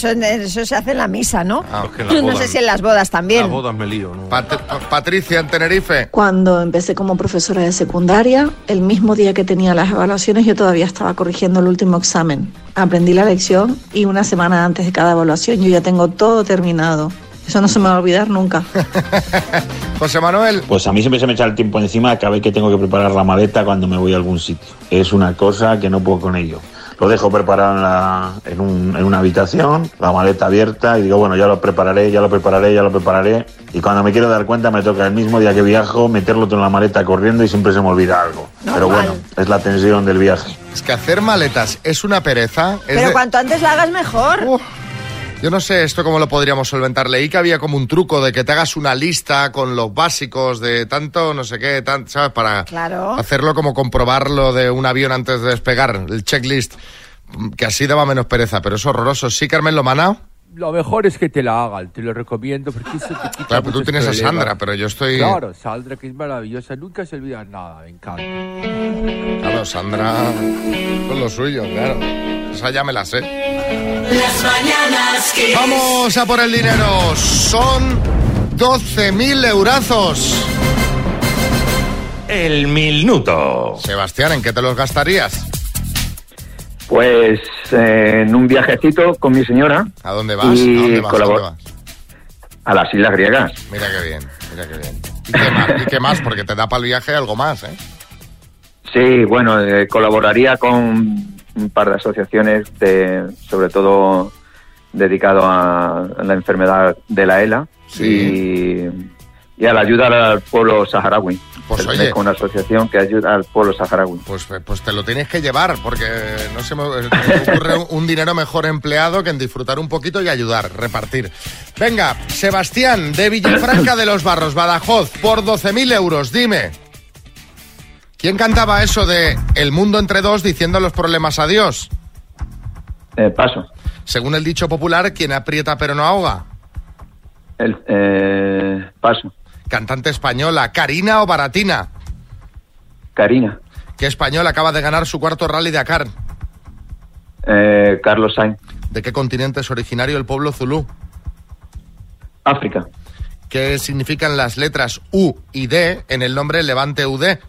Speaker 5: eso, eso se hace en la misa, ¿no?
Speaker 3: Ah, que
Speaker 5: no sé si en las bodas también.
Speaker 3: bodas me lío, ¿no? Patricia, en Tenerife.
Speaker 25: Cuando empecé como profesora de secundaria, el mismo día que tenía las evaluaciones, yo todavía estaba corrigiendo el último examen. Aprendí la lección y una semana antes de cada evaluación yo ya tengo todo terminado. Eso no se me va a olvidar nunca.
Speaker 3: José Manuel.
Speaker 26: Pues a mí siempre se me echa el tiempo encima cada vez que tengo que preparar la maleta cuando me voy a algún sitio. Es una cosa que no puedo con ello. Lo dejo preparado en, la- en un- en una habitación, la maleta abierta y digo, bueno, ya lo prepararé, ya lo prepararé, ya lo prepararé. Y cuando me quiero dar cuenta me toca el mismo día que viajo meterlo todo en la maleta corriendo y siempre se me olvida algo. Pero bueno, es la tensión del viaje.
Speaker 3: Es que hacer maletas es una pereza. Es
Speaker 5: Pero
Speaker 3: de-
Speaker 5: cuanto antes la hagas, mejor.
Speaker 3: Yo no sé esto cómo lo podríamos solventar. Leí que había como un truco de que te hagas una lista con los básicos de tanto, no sé qué, tan, ¿sabes? Para
Speaker 5: Claro.
Speaker 3: hacerlo como comprobarlo de un avión antes de despegar, el checklist, que así daba menos pereza, pero es horroroso. Sí, Carmen Lomana.
Speaker 12: lo mejor es que te la hagan, te lo recomiendo. Porque eso te
Speaker 3: Claro,
Speaker 12: quita
Speaker 3: pero tú
Speaker 12: muchos
Speaker 3: tienes a
Speaker 12: problemas.
Speaker 3: Sandra, pero yo estoy-
Speaker 12: Claro, Sandra, que es maravillosa, nunca se olvida nada, me encanta.
Speaker 3: Claro, Sandra, con lo suyo, claro. Esa ya me la sé.
Speaker 1: Las mañanas Kiss.
Speaker 3: Vamos a por el dinero. Son 12.000 eurazos.
Speaker 4: El minuto.
Speaker 3: Sebastián, ¿en qué te los gastarías?
Speaker 9: Pues eh, en un viajecito con mi señora.
Speaker 3: ¿A dónde vas? ¿A dónde vas? ¿A dónde vas?
Speaker 9: A las Islas Griegas.
Speaker 3: Mira qué bien, mira qué bien. ¿Y qué más? ¿Y qué más? Porque te da para el viaje algo más, ¿eh?
Speaker 9: Sí, bueno, eh, colaboraría con un par de asociaciones, de, sobre todo dedicado a la enfermedad de la ELA y, y a la ayuda al pueblo saharaui.
Speaker 3: Pues oye.
Speaker 9: Pertenezco a una asociación que ayuda al pueblo saharaui.
Speaker 3: Pues, pues te lo tienes que llevar, porque no se me me ocurre un- un dinero mejor empleado que en disfrutar un poquito y ayudar, repartir. Venga, Sebastián, de Villafranca de los Barros, Badajoz, por 12.000 euros, dime. ¿Quién cantaba eso de El mundo entre dos diciendo los problemas a Dios?
Speaker 9: Eh, paso.
Speaker 3: Según el dicho popular, quien aprieta pero no ahoga.
Speaker 9: El, eh, paso.
Speaker 3: Cantante española, Karina o Baratina.
Speaker 9: Karina,
Speaker 3: ¿Qué español acaba de ganar su cuarto Rally Dakar?
Speaker 9: eh, Carlos Sainz,
Speaker 3: ¿De qué continente es originario el pueblo zulú?
Speaker 9: África,
Speaker 3: ¿Qué significan las letras U y D en el nombre Levante UD?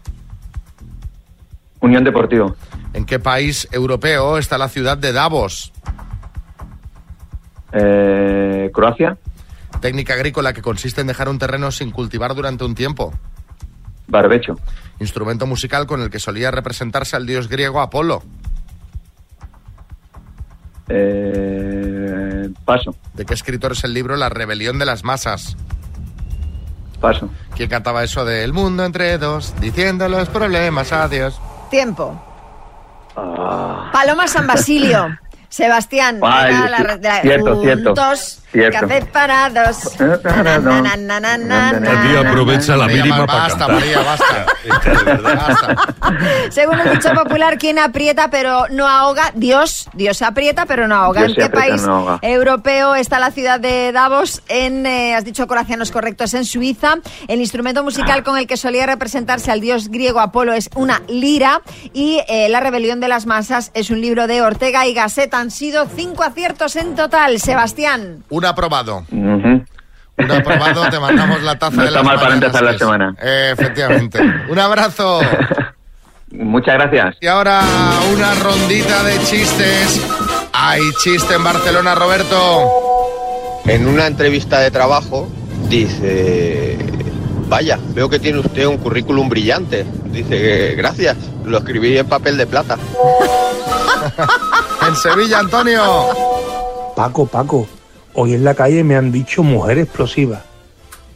Speaker 9: Unión Deportivo,
Speaker 3: ¿En qué país europeo está la ciudad de Davos?
Speaker 9: eh, Croacia,
Speaker 3: Técnica agrícola que consiste en dejar un terreno sin cultivar durante un tiempo.
Speaker 9: Barbecho,
Speaker 3: Instrumento musical con el que solía representarse al dios griego Apolo.
Speaker 9: eh, paso,
Speaker 3: ¿De qué escritor es el libro La rebelión de las masas?
Speaker 9: paso.
Speaker 3: ¿Quién cantaba eso de El mundo entre dos, diciendo los problemas a Dios?
Speaker 5: Tiempo.
Speaker 9: Ah.
Speaker 5: Paloma San Basilio. Sebastián,
Speaker 3: Ay,
Speaker 5: era la re- de la-
Speaker 3: cierto, cierto,
Speaker 5: juntos,
Speaker 3: cierto.
Speaker 5: café parados. Na, na, na, na, na, na, na.
Speaker 7: Aquí aprovecha la
Speaker 3: María,
Speaker 7: mínima para
Speaker 3: basta,
Speaker 7: cantar. Este,
Speaker 3: María, basta.
Speaker 5: Según el dicho popular, quien aprieta pero no ahoga, Dios, Dios aprieta pero no ahoga.
Speaker 9: Dios
Speaker 5: ¿En qué
Speaker 9: aprieta,
Speaker 5: país
Speaker 9: no ahoga.
Speaker 5: europeo está la ciudad de Davos? En, eh, has dicho coracianos correctos, en Suiza. El instrumento musical con el que solía representarse al dios griego Apolo es una lira y eh, La rebelión de las masas es un libro de Ortega y Gasset. Han sido cinco aciertos en total, Sebastián.
Speaker 3: Un aprobado.
Speaker 9: Ujú.
Speaker 3: Un aprobado, te mandamos la taza
Speaker 9: No
Speaker 3: de
Speaker 9: está
Speaker 3: las
Speaker 9: mal para
Speaker 3: mañanas,
Speaker 9: empezar la
Speaker 3: Kiss.
Speaker 9: semana.
Speaker 3: Eh, efectivamente. Un abrazo.
Speaker 9: Muchas gracias.
Speaker 3: Y ahora una rondita de chistes. Hay chiste en Barcelona, Roberto.
Speaker 15: En una entrevista de trabajo dice, vaya, veo que tiene usted un currículum brillante. Dice, gracias, lo escribí en papel de plata.
Speaker 3: En Sevilla, Antonio.
Speaker 16: Paco, Paco, hoy en la calle me han dicho mujer explosiva.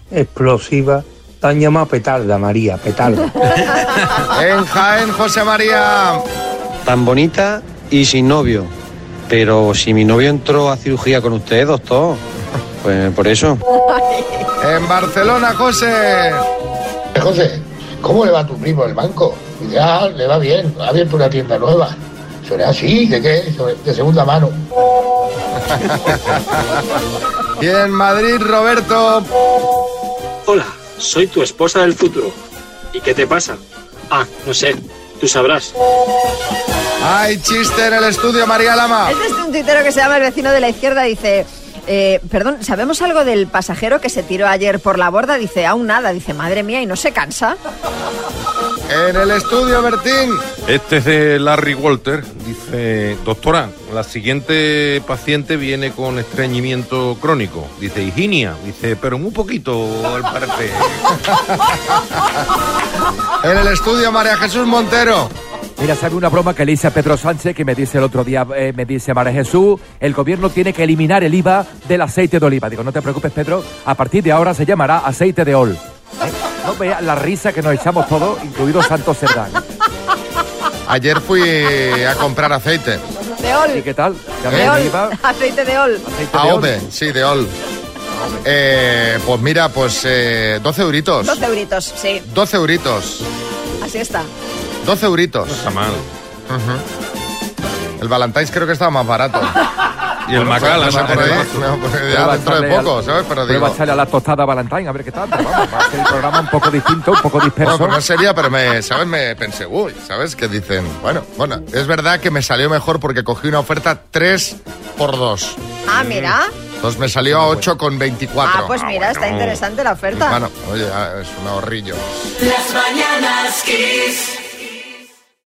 Speaker 16: Explosiva, tan llamada petarda, María, petarda.
Speaker 3: En Jaén, José María.
Speaker 17: Tan bonita y sin novio. Pero si mi novio entró a cirugía con usted, doctor, pues por eso.
Speaker 3: En Barcelona, José.
Speaker 18: Eh, José, ¿cómo le va a tu primo el banco? Ya, le va bien, ha abierto una tienda nueva. Suena así, ¿de qué? Sobre- De segunda mano.
Speaker 3: Y en Madrid, Roberto.
Speaker 20: Hola, soy tu esposa del futuro. ¿Y qué te pasa? Ah, no sé, tú sabrás.
Speaker 3: Hay chiste en el estudio, María Lama.
Speaker 5: Este es de un tuitero que se llama El vecino de la izquierda, dice... eh, perdón, ¿sabemos algo del pasajero que se tiró ayer por la borda? Dice, aún nada. Dice, madre mía, ¿y no se cansa?
Speaker 3: En el estudio, Bertín.
Speaker 13: Este es de Larry Walter. Dice, doctora, la siguiente paciente viene con estreñimiento crónico. Dice, Higinia. Dice, pero muy poquito al parecer.
Speaker 3: En el estudio, María Jesús Montero.
Speaker 12: Mira, sabe una broma que le hice a Pedro Sánchez que me dice el otro día, eh, me dice María Jesús, el gobierno tiene que eliminar el IVA del aceite de oliva. Digo, no te preocupes, Pedro, a partir de ahora se llamará aceite de ol. Eh, No veas la risa que nos echamos todos, incluido Santos Cerdán.
Speaker 3: Ayer fui a comprar aceite.
Speaker 5: De ol.
Speaker 12: ¿Y qué tal? Ya
Speaker 5: De
Speaker 3: Eh,
Speaker 5: ol,
Speaker 3: iba-
Speaker 5: aceite de ol.
Speaker 3: Ah, AOVE, sí, de OL. Eh, pues mira, pues eh, 12 euritos.
Speaker 5: 12 euritos, sí,
Speaker 3: 12 euritos.
Speaker 5: así está.
Speaker 3: 12 euritos.
Speaker 13: está mal.
Speaker 3: El Valentine's creo que estaba más barato.
Speaker 13: Y el Macal, anda por ahí. No, pues ya dentro de poco, ¿sabes? Pero digo-
Speaker 12: Prueba echarle a la tostada Valentine, a ver qué tal. pero Vamos, va a ser el programa un poco distinto, un poco disperso.
Speaker 3: Bueno, pero pues no sería, pero me, ¿sabes? Me pensé, uy, ¿sabes? Que dicen, bueno, bueno, es verdad que me salió mejor porque cogí una oferta 3 por 2.
Speaker 5: Ah, mira.
Speaker 3: Entonces Pues me salió a 8 con 24.
Speaker 5: Ah, pues mira, está
Speaker 3: bueno.
Speaker 5: interesante la oferta.
Speaker 3: Bueno, oye, ah, es un ahorrillo.
Speaker 1: Las mañanas kiss.